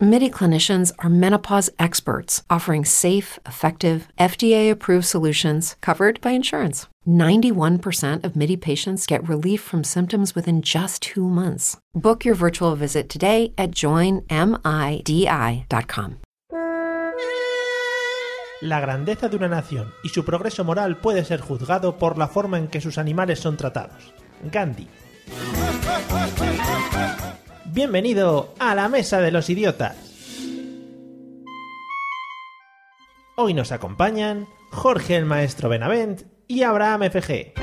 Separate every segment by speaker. Speaker 1: MIDI clinicians are menopause experts offering safe, effective, FDA approved solutions covered by insurance. 91% of MIDI patients get relief from symptoms within just two months. Book your virtual visit today at joinmidi.com.
Speaker 2: La grandeza de una nación y su progreso moral puede ser juzgado por la forma en que sus animales son tratados. Gandhi. Bienvenido a la Mesa de los Idiotas. Hoy nos acompañan Jorge el Maestro Benavent y Abraham FG.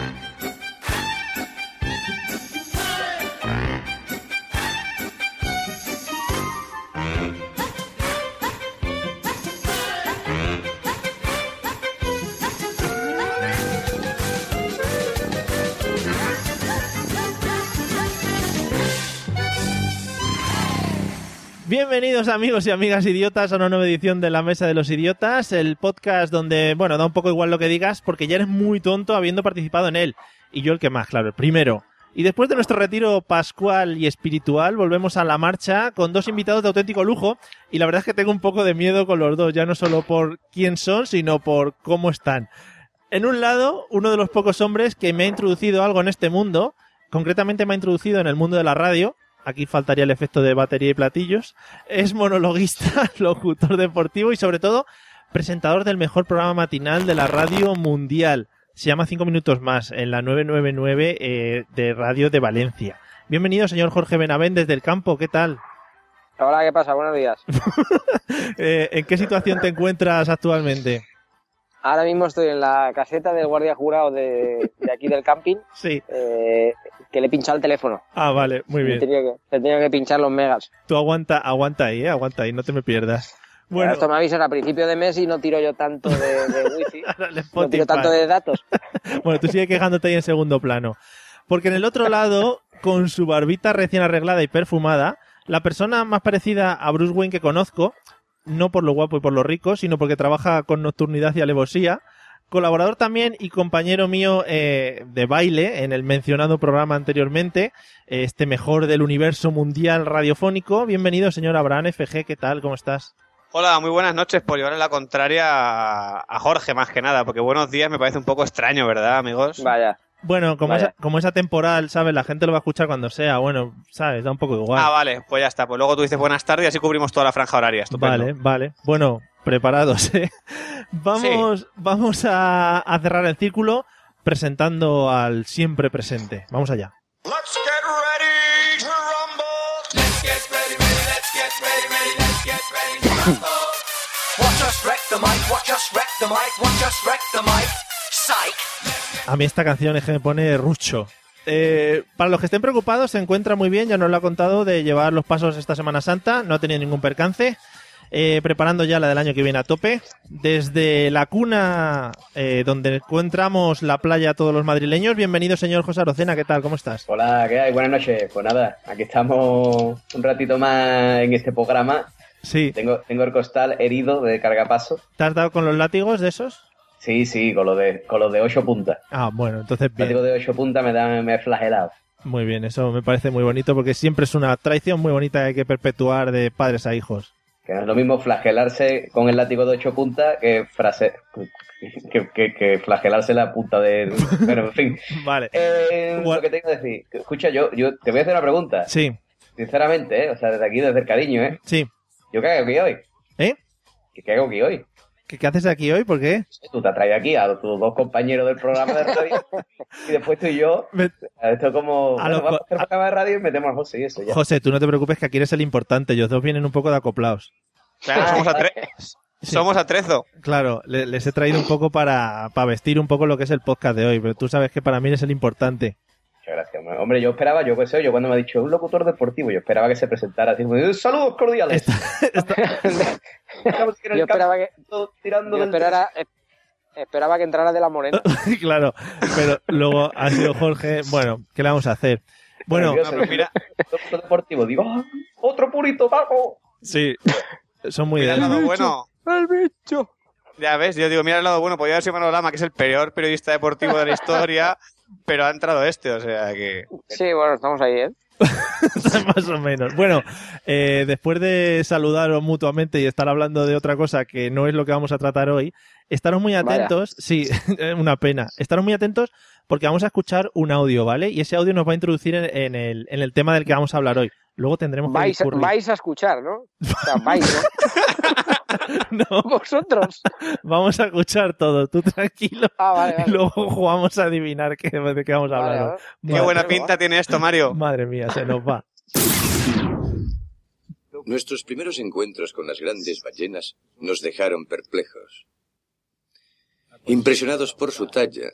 Speaker 2: Bienvenidos amigos y amigas idiotas a una nueva edición de La Mesa de los Idiotas, el podcast donde, bueno, da un poco igual lo que digas porque ya eres muy tonto habiendo participado en él. Y yo el que más, claro, el primero. Y después de nuestro retiro pascual y espiritual, volvemos a la marcha con dos invitados de auténtico lujo. Y la verdad es que tengo un poco de miedo con los dos, ya no solo por quién son, sino por cómo están. En un lado, uno de los pocos hombres que me ha introducido algo en este mundo, concretamente me ha introducido en el mundo de la radio, aquí faltaría el efecto de batería y platillos, es monologuista, locutor deportivo y sobre todo presentador del mejor programa matinal de la radio mundial. Se llama 5 minutos más en la 999 eh, de Radio de Valencia. Bienvenido, señor Jorge Benavent, desde el campo. ¿Qué tal?
Speaker 3: Hola, ¿qué pasa? Buenos días.
Speaker 2: Eh, ¿En qué situación te encuentras actualmente?
Speaker 3: Ahora mismo estoy en la caseta del guardia jurado de, de aquí del camping,
Speaker 2: Sí.
Speaker 3: eh, que le he pinchado el teléfono.
Speaker 2: Ah, vale, muy
Speaker 3: Le
Speaker 2: bien.
Speaker 3: tenía que, le tenía que pinchar los megas.
Speaker 2: Tú aguanta, aguanta ahí, eh, aguanta ahí, no te me pierdas. Bueno,
Speaker 3: Esto me avisan a principio de mes y no tiro yo tanto de, de wifi,
Speaker 2: dale,
Speaker 3: no tiro
Speaker 2: Spotify.
Speaker 3: tanto de datos.
Speaker 2: Bueno, tú sigue quejándote ahí en segundo plano. Porque en el otro lado, con su barbita recién arreglada y perfumada, la persona más parecida a Bruce Wayne que conozco, no por lo guapo y por lo rico, sino porque trabaja con nocturnidad y alevosía, colaborador también y compañero mío eh, de baile en el mencionado programa anteriormente, eh, este mejor del universo mundial radiofónico. Bienvenido, señor Abraham FG, ¿qué tal? ¿Cómo estás?
Speaker 4: Hola, muy buenas noches por llevarle la contraria a a Jorge más que nada, porque buenos días me parece un poco extraño, ¿verdad, amigos?
Speaker 3: Vaya,
Speaker 2: Bueno, como,
Speaker 3: Vaya.
Speaker 2: esa, como esa temporal, ¿sabes? La gente lo va a escuchar cuando sea, bueno, ¿sabes? Da un poco igual.
Speaker 4: Ah, vale, pues ya está. Pues luego tú dices buenas tardes y así cubrimos toda la franja horaria. Estupendo.
Speaker 2: Vale, vale. Bueno, preparados, ¿eh? Vamos, vamos a, a cerrar el círculo presentando al siempre presente. Vamos allá.
Speaker 5: Let's get ready to rumble. Let's get ready, ready, let's get ready, ready, let's get ready to rumble. Watch us wreck the mic, watch us wreck the mic, watch us wreck the mic. Psych.
Speaker 2: A mí esta canción es que me pone rucho. Eh, para los que estén preocupados, se encuentra muy bien, ya nos lo ha contado, de llevar los pasos esta Semana Santa, no ha tenido ningún percance, eh, preparando ya la del año que viene a tope. Desde la cuna eh, donde encontramos la playa todos los madrileños, bienvenido señor José Arocena, ¿qué tal? ¿Cómo estás?
Speaker 6: Hola, ¿qué hay? Buenas noches. Pues nada, aquí estamos un ratito más en este programa.
Speaker 2: Sí,
Speaker 6: Tengo, tengo el costal herido de cargapaso.
Speaker 2: ¿te has dado con los látigos de esos?
Speaker 6: Sí, sí, con lo de, con lo de ocho puntas.
Speaker 2: Ah, bueno, entonces
Speaker 6: Lo digo
Speaker 2: bien.
Speaker 6: de ocho puntas me, da, me he flagelado.
Speaker 2: Muy bien, eso me parece muy bonito porque siempre es una traición muy bonita que hay que perpetuar de padres a hijos.
Speaker 6: Que no es lo mismo flagelarse con el látigo de ocho puntas que, frase, que, que- que flagelarse la punta de... Pero en fin.
Speaker 2: Vale.
Speaker 6: Eh,
Speaker 2: Gua-
Speaker 6: lo que tengo que decir. que- Escucha, yo, yo te voy a hacer una pregunta.
Speaker 2: Sí,
Speaker 6: Sinceramente, ¿eh? O sea, desde aquí, desde el cariño, ¿eh?
Speaker 2: sí.
Speaker 6: ¿Yo qué hago aquí hoy?
Speaker 2: ¿Eh?
Speaker 6: ¿Qué qué hago aquí hoy?
Speaker 2: ¿Qué, qué haces aquí hoy? ¿Por qué?
Speaker 6: tú te has traído aquí a tus dos compañeros del programa de radio y después tú y yo,
Speaker 2: Me-
Speaker 6: esto como
Speaker 2: A lo
Speaker 6: bueno, vamos
Speaker 2: co-
Speaker 6: a hacer un programa de radio y metemos a José y eso ya.
Speaker 2: José, tú no te preocupes que aquí eres el importante. Ellos dos vienen un poco de acoplados.
Speaker 4: Claro, somos, atre-
Speaker 2: Sí,
Speaker 4: somos atrezo.
Speaker 2: Claro, le- les he traído un poco para, para vestir un poco lo que es el podcast de hoy. Pero tú sabes que para mí eres el importante.
Speaker 6: Muchas gracias. hombre. Hombre, yo esperaba, yo qué sé, yo cuando me ha dicho un locutor deportivo, yo esperaba que se presentara así, como, saludos cordiales. Estamos aquí en el
Speaker 3: yo esperaba que,
Speaker 6: campo, tirando
Speaker 3: yo
Speaker 6: del-
Speaker 3: esperara- eh, esperaba que entrara de la morena.
Speaker 2: claro, pero luego ha sido Jorge. Bueno, ¿qué le vamos a hacer? Bueno,
Speaker 6: Yo
Speaker 4: No,
Speaker 6: soy-
Speaker 4: pero mira,
Speaker 6: locutor deportivo, digo, "Ah, otro purito, pago.
Speaker 2: Sí. Son muy
Speaker 4: Mira
Speaker 2: de
Speaker 4: el lado
Speaker 2: él.
Speaker 4: bueno.
Speaker 3: ¡El bicho!
Speaker 4: Ya ves, yo digo, mira el lado bueno, podría haber sido Manolo Lama, que es el peor periodista deportivo de la historia, pero ha entrado este, o sea que...
Speaker 3: Sí, bueno, estamos ahí, ¿eh?
Speaker 2: Más o menos. Bueno, eh, después de saludaros mutuamente y estar hablando de otra cosa que no es lo que vamos a tratar hoy, estaros muy
Speaker 3: Vaya.
Speaker 2: atentos. Sí, una pena. Estaros muy atentos porque vamos a escuchar un audio, ¿vale? Y ese audio nos va a introducir en, en el, en el tema del que vamos a hablar hoy. Luego tendremos que
Speaker 3: Vais,
Speaker 2: discurrir.
Speaker 3: vais a escuchar, ¿no? O sea, vais, ¿no?
Speaker 2: No,
Speaker 3: Vosotros.
Speaker 2: vamos a escuchar todo. Tú tranquilo.
Speaker 3: Ah, vale,
Speaker 2: Y
Speaker 3: vale.
Speaker 2: luego jugamos a adivinar qué, de qué vamos a
Speaker 3: Vale,
Speaker 2: hablar. hoy.
Speaker 3: vale.
Speaker 4: Qué
Speaker 2: Madre-
Speaker 4: buena pinta tiene esto, Mario.
Speaker 2: Madre mía, se nos va.
Speaker 5: Nuestros primeros encuentros con las grandes ballenas nos dejaron perplejos. Impresionados por su talla,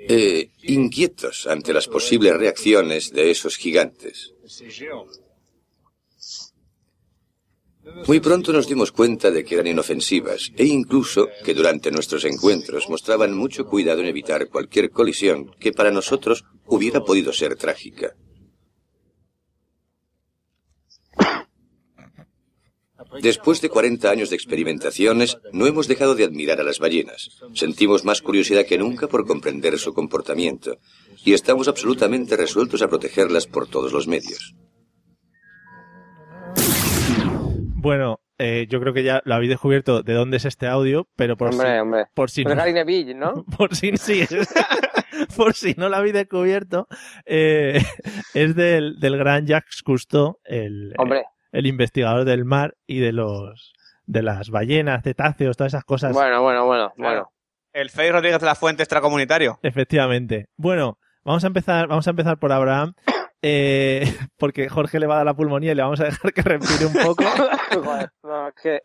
Speaker 5: e inquietos ante las posibles reacciones de esos gigantes. Muy pronto nos dimos cuenta de que eran inofensivas e incluso que durante nuestros encuentros mostraban mucho cuidado en evitar cualquier colisión que para nosotros hubiera podido ser trágica. Después de 40 años de experimentaciones, no hemos dejado de admirar a las ballenas. Sentimos más curiosidad que nunca por comprender su comportamiento y estamos absolutamente resueltos a protegerlas por todos los medios.
Speaker 2: Bueno, eh, yo creo que ya lo habéis descubierto de dónde es este audio, pero por si-
Speaker 3: Hombre, hombre.
Speaker 2: por si
Speaker 3: Pero
Speaker 2: no
Speaker 3: Gary Neville, ¿no?
Speaker 2: por si sí, es- por si no lo habéis descubierto, eh, es del, del gran Jacques Cousteau, el,
Speaker 3: Hombre,
Speaker 2: el investigador del mar y de los de las ballenas, cetáceos, todas esas cosas.
Speaker 3: bueno, bueno, bueno, bueno.
Speaker 4: El Félix Rodríguez de la Fuente extracomunitario.
Speaker 2: Efectivamente. Bueno, vamos a empezar, vamos a empezar por Abraham, eh, porque Jorge le va a dar la pulmonía y le vamos a dejar que respire un poco.
Speaker 3: Joder, no, es que-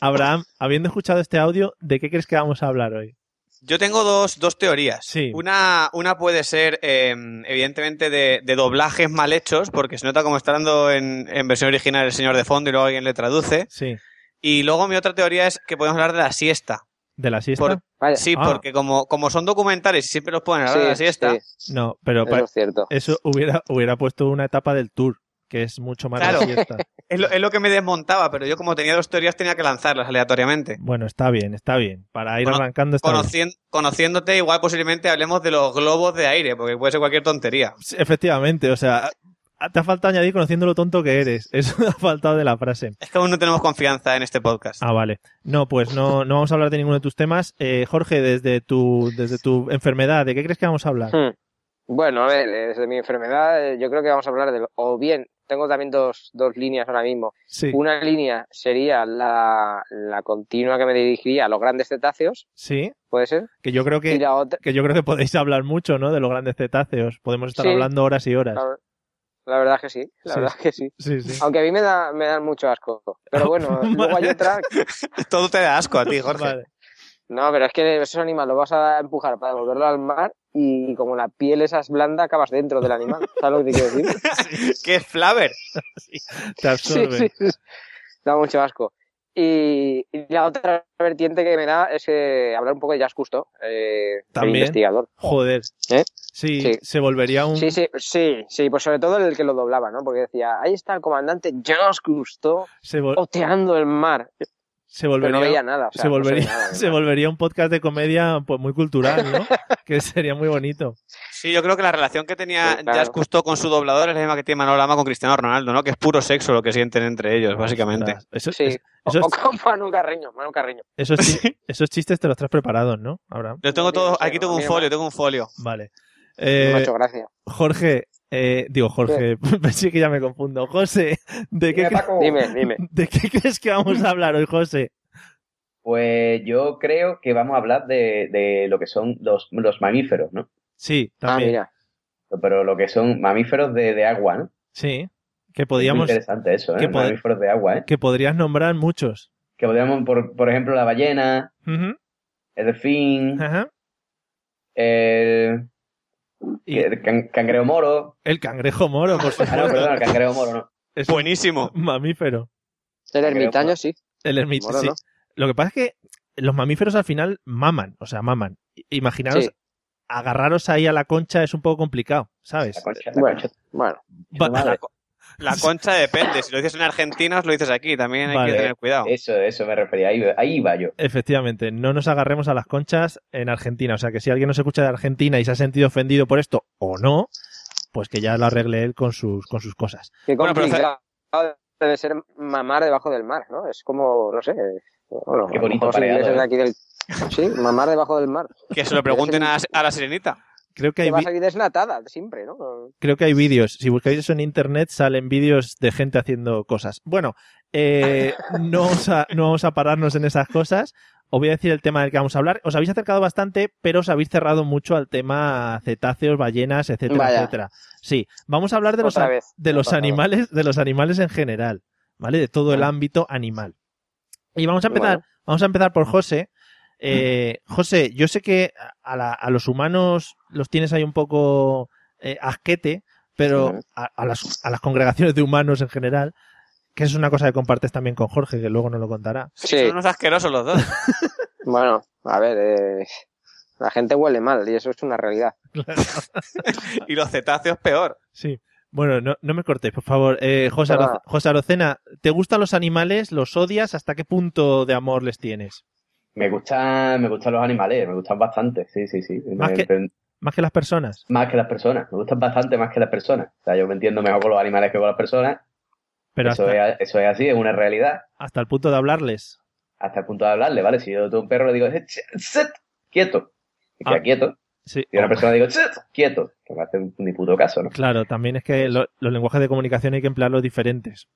Speaker 2: Abraham, habiendo escuchado este audio, ¿de qué crees que vamos a hablar hoy?
Speaker 4: Yo tengo dos, dos teorías.
Speaker 2: Sí.
Speaker 4: Una, una puede ser, eh, evidentemente, de, de doblajes mal hechos, porque se nota como está dando en, en versión original el señor de fondo y luego alguien le traduce.
Speaker 2: Sí.
Speaker 4: Y luego mi otra teoría es que podemos hablar de la siesta.
Speaker 2: ¿De la siesta?
Speaker 4: Por-
Speaker 3: Vaya.
Speaker 4: Sí,
Speaker 2: Ah.
Speaker 4: porque como, como son documentales y siempre los ponen a la hora de la
Speaker 3: Sí,
Speaker 4: siesta,
Speaker 3: sí,
Speaker 2: No, pero pa- eh,
Speaker 3: eso es cierto.
Speaker 2: Eso hubiera, hubiera puesto una etapa del tour, que es mucho más
Speaker 4: Claro.
Speaker 2: la siesta.
Speaker 4: es, lo, es lo que me desmontaba, pero yo como tenía dos teorías tenía que lanzarlas aleatoriamente.
Speaker 2: Bueno, está bien, está bien. Para ir
Speaker 4: Cono-
Speaker 2: arrancando está bien.
Speaker 4: Conocien- conociéndote, igual posiblemente hablemos de los globos de aire, porque puede ser cualquier tontería.
Speaker 2: Sí, Efectivamente, o sea, a- te ha faltado añadir conociendo lo tonto que eres. Eso te ha faltado de la frase.
Speaker 4: Es que aún no tenemos confianza en este podcast.
Speaker 2: Ah, vale. No, pues no, no vamos a hablar de ninguno de tus temas. Eh, Jorge, desde tu, desde tu enfermedad, ¿de qué crees que vamos a hablar?
Speaker 3: Hmm. Bueno, a ver, eh, desde mi enfermedad eh, yo creo que vamos a hablar de... lo- O bien, tengo también dos, dos líneas ahora mismo.
Speaker 2: Sí,
Speaker 3: Una línea sería la, la continua que me dirigiría a los grandes cetáceos,
Speaker 2: sí.
Speaker 3: ¿puede ser?
Speaker 2: Que yo creo
Speaker 3: Y
Speaker 2: que,
Speaker 3: la otra...
Speaker 2: que yo creo que podéis hablar mucho, ¿no? De los grandes cetáceos. Podemos estar
Speaker 3: Sí.
Speaker 2: hablando horas y horas.
Speaker 3: La, la verdad que sí, la
Speaker 2: Sí.
Speaker 3: verdad que sí.
Speaker 2: Sí, sí.
Speaker 3: Aunque a mí me, da, me dan mucho asco. Pero bueno, luego hay otra...
Speaker 4: Todo te da asco a ti, Jorge.
Speaker 2: Vale.
Speaker 3: No, pero es que esos animales los vas a empujar para devolverlo al mar y como la piel esa es blanda, acabas dentro del animal. ¿Sabes lo que te quiero decir?
Speaker 4: ¿Qué es Flaver?
Speaker 2: Te absorbe.
Speaker 3: sí. Da mucho asco. Y, y la otra vertiente que me da es eh, hablar un poco de Jazz Custo, eh, el
Speaker 2: También. Mm.
Speaker 3: investigador.
Speaker 2: Joder.
Speaker 3: ¿Eh?
Speaker 2: Sí,
Speaker 3: Sí.
Speaker 2: se volvería un,
Speaker 3: Sí, sí, sí, sí, pues sobre todo el que lo doblaba, ¿no? Porque decía, ahí está el comandante Jazz Custo
Speaker 2: se, vol-
Speaker 3: oteando el mar.
Speaker 2: se
Speaker 3: Oh, Pero no
Speaker 2: volvería
Speaker 3: veía nada. o sea,
Speaker 2: se
Speaker 3: no se
Speaker 2: volvería
Speaker 3: veía nada.
Speaker 2: se volvería un podcast de comedia pues muy cultural no que sería muy bonito
Speaker 4: Sí, yo creo que la relación que tenía
Speaker 3: Sí, claro.
Speaker 4: Jazz Cousteau con su doblador es la misma que tiene Manolo Lama con Cristiano Ronaldo, ¿no? Que es puro sexo lo que sienten entre ellos, Pues básicamente.
Speaker 2: Ostras, eso,
Speaker 3: Sí.
Speaker 2: es-
Speaker 3: O,
Speaker 2: esos,
Speaker 3: o con Manu Carreño, Manu Carreño.
Speaker 2: esos chi- esos chistes te los traes preparados no Abraham
Speaker 4: Yo tengo
Speaker 3: Mira,
Speaker 4: todo,
Speaker 3: sí,
Speaker 4: aquí tengo un
Speaker 3: mira.
Speaker 4: folio, tengo un folio.
Speaker 2: vale
Speaker 3: Me ha
Speaker 2: eh,
Speaker 3: hecho gracia.
Speaker 2: Jorge eh, digo Jorge sí que ya me confundo José de qué
Speaker 7: Dime,
Speaker 2: cre-
Speaker 7: Paco.
Speaker 3: Dime, dime.
Speaker 2: de qué crees que vamos a hablar hoy José
Speaker 7: Pues yo creo que vamos a hablar de, de lo que son los, los mamíferos, ¿no?
Speaker 2: sí
Speaker 3: Ah,
Speaker 2: también
Speaker 3: mira.
Speaker 7: Pero lo que son mamíferos de, de agua, ¿no?
Speaker 2: sí que
Speaker 7: Es muy
Speaker 2: podíamos
Speaker 7: interesante eso,
Speaker 2: que
Speaker 7: ¿eh?
Speaker 2: pod-
Speaker 7: Mamíferos de agua, ¿eh?
Speaker 2: que podrías nombrar muchos
Speaker 7: Que podríamos, por, por ejemplo, la ballena,
Speaker 2: Ujú,
Speaker 7: el delfín,
Speaker 2: ajá.
Speaker 7: el,
Speaker 2: Y-
Speaker 7: el can- cangrejo moro.
Speaker 2: el cangrejo moro por
Speaker 7: Ah, no,
Speaker 2: supuesto
Speaker 7: perdón, el cangrejo moro, no.
Speaker 2: Es un
Speaker 4: Buenísimo.
Speaker 2: mamífero
Speaker 3: El
Speaker 7: Creo que-
Speaker 3: ermitaño, sí.
Speaker 2: El ermitaño,
Speaker 3: Mola,
Speaker 2: sí.
Speaker 3: ¿no?
Speaker 2: Lo que pasa es que los mamíferos al final maman, o sea, maman. I- Imaginaros,
Speaker 3: Sí.
Speaker 2: agarraros ahí a la concha es un poco complicado, ¿sabes?
Speaker 7: La concha, la
Speaker 3: Bueno.
Speaker 7: concha.
Speaker 3: Bueno,
Speaker 2: Va-
Speaker 7: tu madre.
Speaker 4: La concha depende. Si lo dices en Argentina, os lo dices aquí. También hay
Speaker 2: Vale.
Speaker 4: que tener cuidado.
Speaker 3: Eh,
Speaker 6: Eso, eso me refería. Ahí, ahí iba yo.
Speaker 2: Efectivamente, no nos agarremos a las conchas en Argentina. O sea que si alguien nos escucha de Argentina y se ha sentido ofendido por esto o no, pues que ya lo arregle él con sus, con sus cosas.
Speaker 3: Qué
Speaker 4: Bueno, pero-
Speaker 3: complicado debe ser mamar debajo del mar, ¿no? Es como, no sé. Bueno,
Speaker 6: Qué
Speaker 3: a lo mejor
Speaker 6: bonito
Speaker 3: los
Speaker 6: pareado,
Speaker 3: ingleses de
Speaker 6: ¿eh?
Speaker 3: aquí del- Sí, mamar debajo del mar.
Speaker 4: Que se lo
Speaker 3: eh,
Speaker 4: pregunten a, a la sirenita.
Speaker 2: Creo que
Speaker 3: Te
Speaker 2: hay,
Speaker 3: va a
Speaker 2: vi-
Speaker 3: salir desnatada siempre, ¿no?
Speaker 2: creo que hay vídeos. Si buscáis eso en internet, salen vídeos de gente haciendo cosas. Bueno, eh, no, vamos a, no vamos a pararnos en esas cosas. Os voy a decir el tema del que vamos a hablar. Os habéis acercado bastante, pero os habéis cerrado mucho al tema cetáceos, ballenas, etcétera,
Speaker 3: Vaya.
Speaker 2: etcétera. Sí, vamos a hablar de los,
Speaker 3: Otra
Speaker 2: a-
Speaker 3: vez.
Speaker 2: de los
Speaker 3: Otra vez.
Speaker 2: animales, de los animales en general, ¿vale? De todo el
Speaker 3: Ah.
Speaker 2: ámbito animal. Y vamos a empezar, vamos a empezar por José.
Speaker 6: Mm.
Speaker 2: Eh, José, yo sé que a, la- a los humanos los tienes ahí un poco eh, asquete, pero a, a las, a las congregaciones de humanos en general, que es una cosa que compartes también con Jorge, que luego nos lo contará.
Speaker 3: Sí,
Speaker 4: Son unos asquerosos los dos.
Speaker 3: bueno, a ver, eh, la gente huele mal y eso es una realidad.
Speaker 4: Y los cetáceos peor.
Speaker 2: Sí. Bueno, no, no me cortes, por favor. Eh, José, Aroce-
Speaker 3: Ah.
Speaker 2: José Arocena, ¿te gustan los animales? ¿Los odias? ¿Hasta qué punto de amor les tienes?
Speaker 6: Me gustan, me gustan los animales, me gustan bastante. Sí, sí, sí.
Speaker 2: Más
Speaker 6: Me-
Speaker 2: que-
Speaker 6: pero-
Speaker 2: Más que las personas.
Speaker 6: más que las personas. Me gustan bastante más que las personas. O sea, yo me entiendo mejor con los animales que con las personas.
Speaker 2: Pero
Speaker 6: eso,
Speaker 2: hasta,
Speaker 6: es, eso es así, es una realidad.
Speaker 2: hasta el punto de hablarles.
Speaker 6: Hasta el punto de hablarle, ¿vale? Si yo tengo un perro le digo, "Sit, sit, quieto. Se queda
Speaker 2: Ah.
Speaker 6: quieto.
Speaker 2: Sí.
Speaker 6: Y a una persona le digo, "Sit, quieto. Que me hace ni puto caso, ¿no?
Speaker 2: Claro, también es que lo- los lenguajes de comunicación hay que emplearlos diferentes.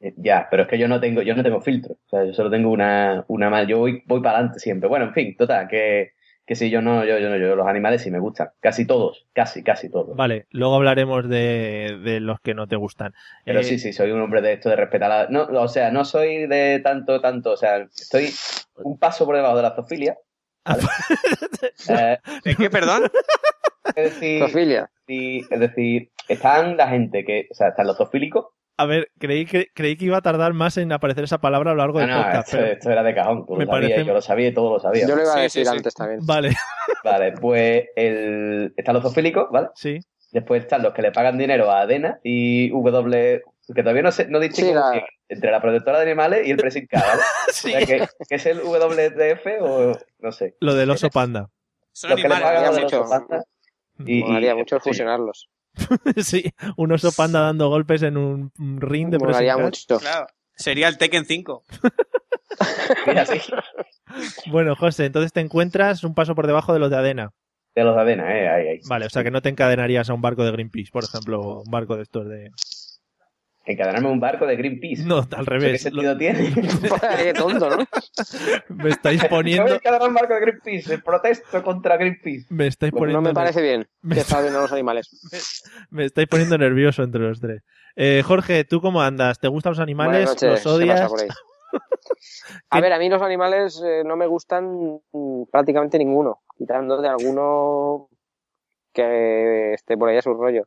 Speaker 6: Eh, Ya, pero es que yo no tengo, yo no tengo filtro. O sea, yo solo tengo una, una mal. Yo voy, voy para adelante siempre. Bueno, en fin, total, que, que si yo no, yo, yo no, yo los animales sí me gustan. Casi todos, casi, casi todos.
Speaker 2: Vale, luego hablaremos de, de los que no te gustan.
Speaker 6: Pero
Speaker 2: Eh,
Speaker 6: sí, sí, soy un hombre de esto de respetar la... No, o sea, no soy de tanto, tanto, o sea, estoy un paso por debajo de la zoofilia. ¿vale? Eh,
Speaker 4: ¿De qué, perdón?
Speaker 6: es, decir,
Speaker 3: Zoofilia.
Speaker 6: sí, es decir, están la gente que, o sea, están los zoofílicos.
Speaker 2: A ver, creí que, creí que iba a tardar más en aparecer esa palabra a lo largo
Speaker 6: Ah, No,
Speaker 2: del
Speaker 6: no,
Speaker 2: Pues podcast.
Speaker 6: esto,
Speaker 2: pero-
Speaker 6: esto era de cajón, tú lo
Speaker 2: Me
Speaker 6: sabías,
Speaker 2: parece-
Speaker 6: yo lo sabía y todo lo sabía.
Speaker 3: Yo lo iba a
Speaker 4: Sí,
Speaker 3: decir
Speaker 4: sí, sí.
Speaker 3: antes también.
Speaker 2: Vale,
Speaker 6: Vale, pues el... están los zoofílicos, ¿vale?
Speaker 2: sí.
Speaker 6: Después están los que le pagan dinero a Adena y W, que todavía no sé, no distingo
Speaker 3: Sí, la-
Speaker 6: bien entre la protectora de animales y el Presinca, ¿vale? O sea, que, que es el WTF o no sé.
Speaker 2: Lo del oso panda.
Speaker 4: Son
Speaker 6: Lo que le
Speaker 4: animales.
Speaker 6: pagan a
Speaker 3: molaría
Speaker 6: los
Speaker 3: mucho.
Speaker 6: osos y,
Speaker 3: Molaría mucho
Speaker 6: sí.
Speaker 3: fusionarlos.
Speaker 2: sí, un oso panda dando golpes en un ring de
Speaker 3: Molaría
Speaker 2: pressing catch.
Speaker 3: mucho.
Speaker 4: Claro. Sería el Tekken 5.
Speaker 6: Mira, sí,
Speaker 2: Bueno, José, entonces te encuentras un paso por debajo de los de Adena.
Speaker 6: de los de Adena, eh, ahí, ahí.
Speaker 2: Vale, o sea que no te encadenarías a un barco de Greenpeace, por ejemplo, o un barco de estos de...
Speaker 6: Encadenarme un barco de Greenpeace.
Speaker 2: No, al
Speaker 6: No sé ¿Qué
Speaker 2: revés. lo-
Speaker 6: sentido tiene?
Speaker 3: Qué tonto, ¿no?
Speaker 2: me estáis
Speaker 6: Me voy a
Speaker 2: poniendo...
Speaker 6: encadenar un barco de Greenpeace. eh, Protesto contra Greenpeace.
Speaker 2: Me estáis poniendo...
Speaker 3: No me parece bien
Speaker 2: me-
Speaker 3: que está bien a los animales.
Speaker 2: Me estáis poniendo nervioso entre los tres. Eh, Jorge, ¿tú cómo andas? ¿Te gustan los animales?
Speaker 3: Buenas noches,
Speaker 2: ¿Los
Speaker 3: ¿qué pasa
Speaker 2: odias?
Speaker 3: por ahí? A ver, a mí los animales eh, no me gustan mm, prácticamente ninguno, quitando de alguno que esté por ahí a su rollo.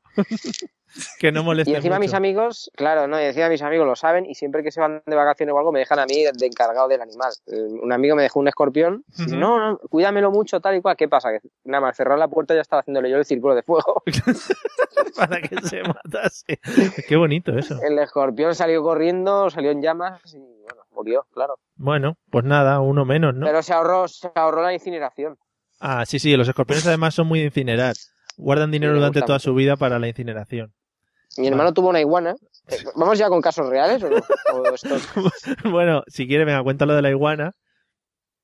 Speaker 2: Que no
Speaker 3: Y
Speaker 2: molesten
Speaker 3: encima mis
Speaker 2: mucho.
Speaker 3: amigos, claro, no, y encima mis amigos lo saben y siempre que se van de vacaciones o algo me dejan a mí de encargado del animal. Eh, Un amigo me dejó un escorpión, y
Speaker 2: Ujú.
Speaker 3: no, no, cuídamelo mucho, tal y cual, ¿qué pasa? Que nada más cerrar la puerta ya estaba haciéndole yo el círculo de fuego.
Speaker 2: Para que se matase. Qué bonito eso.
Speaker 3: El escorpión salió corriendo, salió en llamas y bueno, murió, claro.
Speaker 2: Bueno, pues nada, uno menos, ¿no?
Speaker 3: Pero se ahorró, se ahorró la incineración.
Speaker 2: Ah, sí, sí, los escorpiones además son muy de incinerar. Guardan dinero
Speaker 3: me
Speaker 2: durante
Speaker 3: gusta
Speaker 2: toda
Speaker 3: mucho.
Speaker 2: su vida para la incineración.
Speaker 3: Mi hermano tuvo una iguana. Eh, ¿Vamos ya con casos reales o no? O esto-
Speaker 2: bueno, si quieres, venga, cuenta lo de la iguana.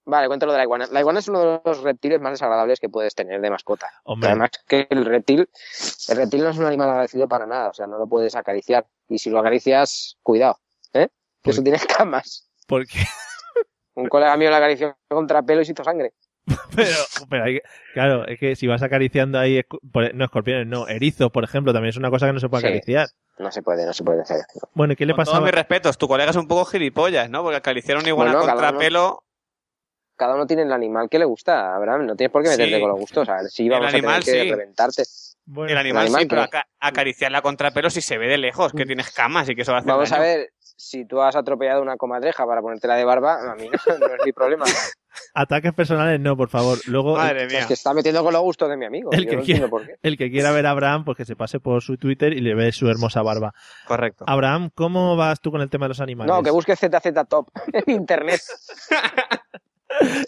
Speaker 3: Vale, cuento lo de la iguana. La iguana es uno de los reptiles más desagradables que puedes tener de mascota.
Speaker 2: Hombre,
Speaker 3: Además que el reptil, el reptil no es un animal agradecido para nada, o sea, no lo puedes acariciar. Y si lo acaricias, cuidado, ¿eh? Que
Speaker 2: ¿Por
Speaker 3: eso tiene escamas.
Speaker 2: ¿por qué?
Speaker 3: Un colega mío la acarició contra pelo y se hizo sangre.
Speaker 2: Pero, pero hay que- claro, es que si vas acariciando ahí, escu- por- no escorpiones, no, erizos, por ejemplo, también es una cosa que no se puede
Speaker 3: Sí.
Speaker 2: acariciar.
Speaker 3: No se puede, no se puede hacer.
Speaker 2: Bueno, ¿y qué le
Speaker 4: Con todos
Speaker 2: pasaba?
Speaker 4: mis respetos, tu colega es un poco gilipollas, ¿no? Porque acariciaron igual
Speaker 3: Bueno,
Speaker 4: a
Speaker 3: cada
Speaker 4: contrapelo.
Speaker 3: Cada uno tiene el animal que le gusta, Abraham. No tienes por qué meterte
Speaker 4: Sí.
Speaker 3: con los gustos. A ver, si vamos
Speaker 4: animal,
Speaker 3: a tener que
Speaker 4: sí.
Speaker 3: reventarte.
Speaker 2: Bueno,
Speaker 4: El animal,
Speaker 3: el animal
Speaker 4: sí, pero
Speaker 3: que-
Speaker 4: aca- acariciarla contra pelo si se ve de lejos, que tienes camas y que eso va a hacer
Speaker 3: Vamos a
Speaker 4: daño.
Speaker 3: ver, si tú has atropellado una comadreja para ponértela de barba, a mí no, no es mi problema.
Speaker 2: Ataques personales, no, por favor. Luego, el,
Speaker 4: Madre
Speaker 3: O sea,
Speaker 4: mía.
Speaker 3: es que está metiendo con los gustos de mi amigo.
Speaker 2: El
Speaker 3: yo
Speaker 2: que
Speaker 3: no entiendo por qué.
Speaker 2: el que quiera ver a Abraham, pues que se pase por su Twitter y le ve su hermosa barba.
Speaker 4: Correcto.
Speaker 2: Abraham, ¿cómo vas tú con el tema de los animales?
Speaker 3: No, que busque ZZ Top en internet.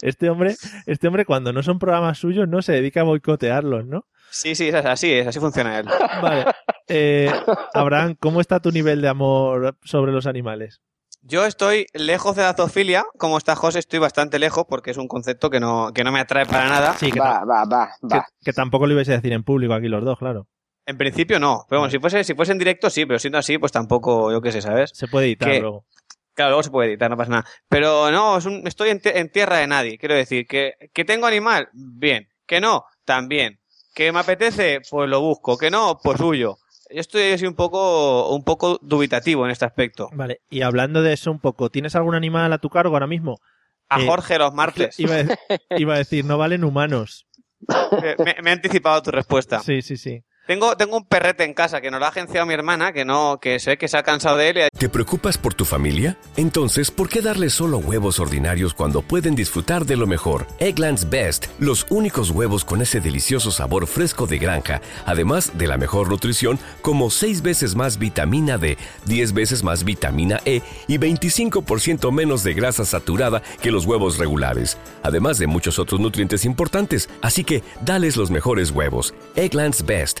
Speaker 2: Este hombre, este hombre cuando no son programas suyos no se dedica a boicotearlos, ¿no?
Speaker 4: Sí, sí, es así, es así funciona él.
Speaker 2: Vale. Eh, Abraham, ¿cómo está tu nivel de amor sobre los animales?
Speaker 4: Yo estoy lejos de la zoofilia, como está José, estoy bastante lejos porque es un concepto que no, que no me atrae para nada.
Speaker 2: Sí, que,
Speaker 3: Va, va, va,
Speaker 2: tam- que,
Speaker 3: va.
Speaker 2: que tampoco lo ibais a decir en público aquí los dos, claro.
Speaker 4: En principio no, pero bueno, si fuese, si fuese en directo sí, pero siendo así, pues tampoco, yo qué sé, ¿sabes?
Speaker 2: Se puede editar
Speaker 4: Que-
Speaker 2: luego.
Speaker 4: Claro, luego se puede editar, no pasa nada. Pero no, es un- estoy en, te- en tierra de nadie. Quiero decir, que, que tengo animal, bien. Que no, también. Que me apetece, pues lo busco. Que no, pues huyo. Yo estoy así un poco, un poco dubitativo en este aspecto.
Speaker 2: Vale. Y hablando de eso un poco, ¿tienes algún animal a tu cargo ahora mismo?
Speaker 4: A
Speaker 2: Eh,
Speaker 4: Jorge los martes.
Speaker 2: Iba a, de- iba a decir, no valen humanos.
Speaker 4: Eh, Me, me he anticipado tu respuesta.
Speaker 2: Sí, sí, sí.
Speaker 4: Tengo, tengo un perrete en casa que nos lo ha agenciado mi hermana, que no, que sé que se ha cansado de él y ha
Speaker 8: ¿Te preocupas por tu familia? Entonces, ¿por qué darles solo huevos ordinarios cuando pueden disfrutar de lo mejor? Eggland's Best, los únicos huevos con ese delicioso sabor fresco de granja, además de la mejor nutrición, como 6 veces más vitamina D, 10 veces más vitamina E y 25% menos de grasa saturada que los huevos regulares, además de muchos otros nutrientes importantes. Así que, dales los mejores huevos. Eggland's Best,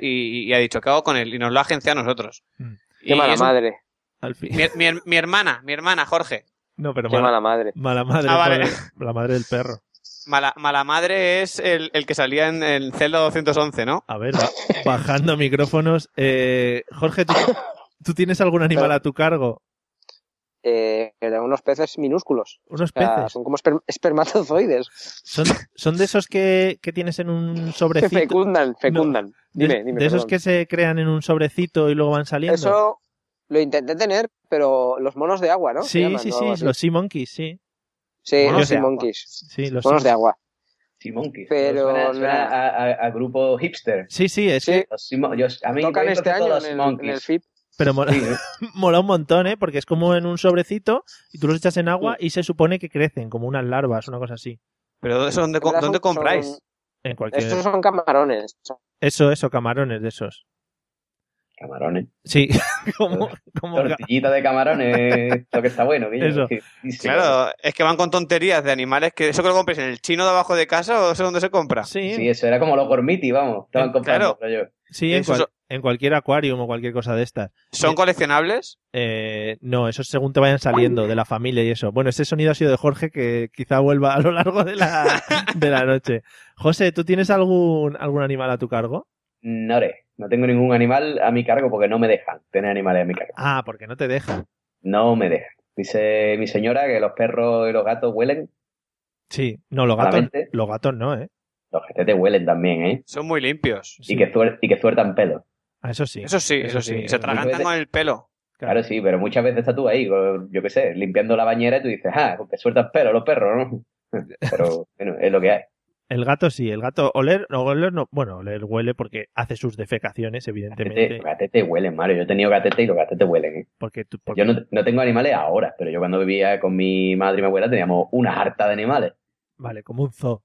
Speaker 4: y, y ha dicho, ¿qué hago con él? Y nos lo ha agenciado a nosotros.
Speaker 2: Mm.
Speaker 4: Y
Speaker 3: Qué mala
Speaker 4: es un-
Speaker 3: madre.
Speaker 2: Al fin.
Speaker 4: mi, her- mi her- mi hermana, mi hermana, Jorge.
Speaker 2: No, pero
Speaker 3: Qué
Speaker 2: mala,
Speaker 3: mala madre.
Speaker 2: mala madre.
Speaker 4: Ah, vale.
Speaker 2: pobre- La madre del perro.
Speaker 4: Mala, mala madre es el, el que salía en el celda 211, ¿no?
Speaker 2: A ver, ba- bajando micrófonos. Eh, Jorge, ¿tú, tú tienes algún animal a tu cargo?
Speaker 3: Eh, eran unos peces minúsculos.
Speaker 2: ¿Unos
Speaker 3: O sea,
Speaker 2: peces?
Speaker 3: son como esper- espermatozoides.
Speaker 2: ¿Son, son de esos que, que tienes en un
Speaker 3: Que
Speaker 2: sobrecito?
Speaker 3: fecundan, fecundan.
Speaker 2: De-
Speaker 3: Dime, dime.
Speaker 2: de esos
Speaker 3: perdón.
Speaker 2: que se crean en un sobrecito y luego van saliendo.
Speaker 3: Eso lo intenté tener, pero los monos de agua, ¿no? Se
Speaker 2: sí,
Speaker 3: llaman,
Speaker 2: sí,
Speaker 3: o algo
Speaker 2: sí,
Speaker 3: así.
Speaker 2: los Sea Monkeys, sí.
Speaker 3: Sí,
Speaker 2: monos
Speaker 3: los
Speaker 2: de
Speaker 3: sea
Speaker 2: agua.
Speaker 3: monkeys.
Speaker 2: Sí, los
Speaker 3: Monos de agua.
Speaker 6: Sea Monkeys.
Speaker 3: Pero
Speaker 6: suena, suena
Speaker 3: no.
Speaker 6: a, a- a grupo hipster.
Speaker 2: Sí, sí, es
Speaker 3: Sí,
Speaker 2: que,
Speaker 6: Los Sea Mon- yo- a mí
Speaker 3: Tocan
Speaker 6: yo
Speaker 3: este
Speaker 6: creo que
Speaker 3: año
Speaker 6: los
Speaker 3: en el, en el
Speaker 6: Monkeys.
Speaker 3: FIP.
Speaker 2: pero mola,
Speaker 6: Sí,
Speaker 2: mola un montón, ¿eh? Porque es como en un sobrecito y tú los echas en agua y se supone que crecen como unas larvas, una cosa así.
Speaker 4: Pero eso, ¿dónde, co-
Speaker 3: Son-
Speaker 4: ¿dónde compráis?
Speaker 3: son-
Speaker 2: En cualquier...
Speaker 3: Estos son camarones.
Speaker 2: Eso, eso, camarones de esos.
Speaker 6: camarones.
Speaker 2: Sí, como... como ca-
Speaker 6: Tortillita de camarones, lo que está bueno. Guillo,
Speaker 2: Eso.
Speaker 6: que- y sí,
Speaker 4: Claro, es que van con tonterías de animales que eso que lo compréis en el chino de abajo de casa o eso dónde se compra.
Speaker 2: Sí,
Speaker 6: Sí, eso era como los gormiti, vamos. Estaban
Speaker 2: Eh,
Speaker 6: comprando,
Speaker 4: claro.
Speaker 6: rollo.
Speaker 2: sí, en,
Speaker 4: Esos
Speaker 2: cual- en cualquier acuarium o cualquier cosa de estas.
Speaker 4: ¿Son coleccionables?
Speaker 2: Eh, no, eso es según te vayan saliendo de la familia y eso. Bueno, ese sonido ha sido de Jorge que quizá vuelva a lo largo de la, de la noche. José, ¿tú tienes algún, algún animal a tu cargo?
Speaker 6: No, re, no tengo ningún animal a mi cargo porque no me dejan tener animales a mi cargo.
Speaker 2: Ah, porque no te deja.
Speaker 6: No me dejan. Dice mi señora que los perros y los gatos huelen.
Speaker 2: Sí, no, los gatos,
Speaker 6: Claramente.
Speaker 2: los gatos no, ¿eh?
Speaker 6: Los te huelen también, ¿eh?
Speaker 4: Son muy limpios.
Speaker 2: Sí.
Speaker 6: Y, que suer- y que sueltan pelo.
Speaker 2: Ah, eso sí.
Speaker 4: Eso sí, eso,
Speaker 2: Eso
Speaker 4: sí.
Speaker 2: sí,
Speaker 4: Se
Speaker 2: eso sí.
Speaker 4: atragantan con el pelo.
Speaker 6: Claro, sí, pero muchas veces estás tú ahí, con- yo qué sé, limpiando la bañera y tú dices, ah, con que sueltas pelo los perros, ¿no? Pero bueno, es lo que hay.
Speaker 2: El gato sí, el gato oler, no, oler no, bueno, oler huele porque hace sus defecaciones,
Speaker 6: Gatete,
Speaker 2: evidentemente,
Speaker 6: los gatetes huelen, Mario. Yo he tenido gatete y los gatetes huelen, ¿eh?
Speaker 2: porque, tú- porque-
Speaker 6: Yo no, no tengo animales ahora, pero yo cuando vivía con mi madre y mi abuela teníamos una harta de animales.
Speaker 2: vale, como un zoo.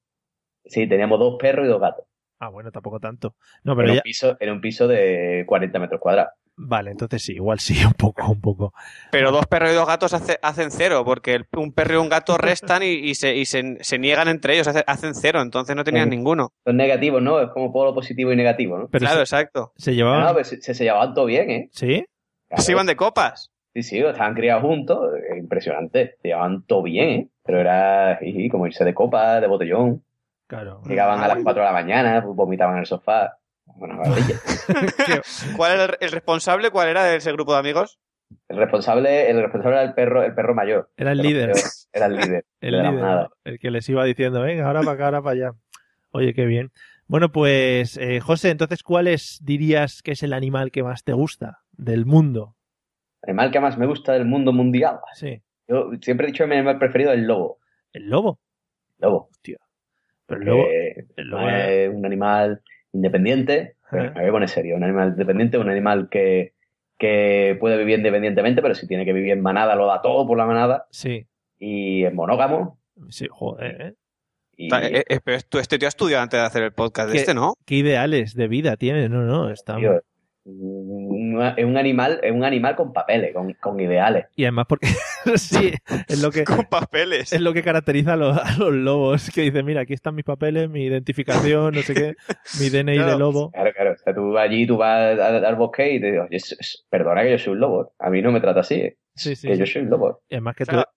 Speaker 6: Sí, teníamos dos perros y dos gatos.
Speaker 2: Ah, bueno, tampoco tanto. No, pero
Speaker 6: en,
Speaker 2: ya,
Speaker 6: un piso, en un piso de 40 metros cuadrados.
Speaker 2: vale, entonces sí, igual sí, un poco, un poco.
Speaker 4: Pero dos perros y dos gatos hace- hacen cero, porque el- un perro y un gato restan y, y se, y se- se niegan entre ellos, hace- hacen cero, entonces no tenían
Speaker 6: Sí.
Speaker 4: ninguno.
Speaker 6: Son negativos, ¿no? Es como polo positivo y negativo, ¿no?
Speaker 2: Pero
Speaker 4: claro,
Speaker 2: se,
Speaker 4: exacto.
Speaker 2: se
Speaker 6: Ah,
Speaker 2: llevaban,
Speaker 6: no, pero se, se, se llevaban todo bien, ¿eh?
Speaker 2: ¿sí?
Speaker 6: Claro.
Speaker 4: Se iban de copas.
Speaker 6: Sí, sí, estaban criados juntos, eh, impresionante. Se llevaban todo bien, ¿eh? Pero era jiji, como irse de copa, de botellón.
Speaker 2: Claro.
Speaker 6: Llegaban a las 4 de la mañana, vomitaban en el sofá. Una maravilla.
Speaker 4: ¿Cuál era el, el responsable? ¿Cuál era de ese grupo de amigos?
Speaker 6: El responsable, el responsable era el perro, el perro mayor.
Speaker 2: Era el
Speaker 6: Pero
Speaker 2: líder.
Speaker 6: creo- Era el líder.
Speaker 2: El
Speaker 6: de la
Speaker 2: líder,
Speaker 6: manada.
Speaker 2: el que les iba diciendo, venga, ahora para acá, ahora para allá. Oye, qué bien. Bueno, pues, eh, José, entonces, ¿cuál es, dirías que es el animal que más te gusta del mundo? Ah,
Speaker 6: El animal que más me gusta del mundo mundial.
Speaker 2: Sí,
Speaker 6: Yo siempre he dicho que mi animal preferido es el lobo.
Speaker 2: el lobo.
Speaker 6: Lobo.
Speaker 2: Pero el lobo,
Speaker 6: Eh,
Speaker 2: el lobo ¿eh? era-
Speaker 6: es un animal independiente. pero
Speaker 2: Ajá.
Speaker 6: Me voy a poner serio. Un animal independiente, un animal que, que puede vivir independientemente, pero si tiene que vivir en manada, lo da todo por la manada.
Speaker 2: sí,
Speaker 6: Y es monógamo.
Speaker 2: sí, joder, ¿eh?
Speaker 6: Y
Speaker 4: Ta- eh, eh, pero esto- este tío ha estudiado antes de hacer el podcast de
Speaker 2: ¿Qué?
Speaker 4: este, ¿no?
Speaker 2: Qué ideales de vida tienes, no, no, está...
Speaker 6: tío, es un es un animal, es un animal con papeles, con, con ideales.
Speaker 2: Y además porque, sí, es lo que...
Speaker 4: Con papeles.
Speaker 2: Es lo que caracteriza a los, a los lobos, que dice, mira, aquí están mis papeles, mi identificación, no sé qué, mi DNI de
Speaker 4: Claro.
Speaker 2: lobo.
Speaker 6: Claro, claro. O sea, tú vas allí, tú vas al, al bosque y te digo, "Oye, s- s- perdona que yo soy un lobo. A mí no me trata así, ¿eh?
Speaker 2: Sí, sí,
Speaker 6: que
Speaker 2: sí.
Speaker 6: yo soy un lobo.
Speaker 2: Y además que tú,
Speaker 4: Claro,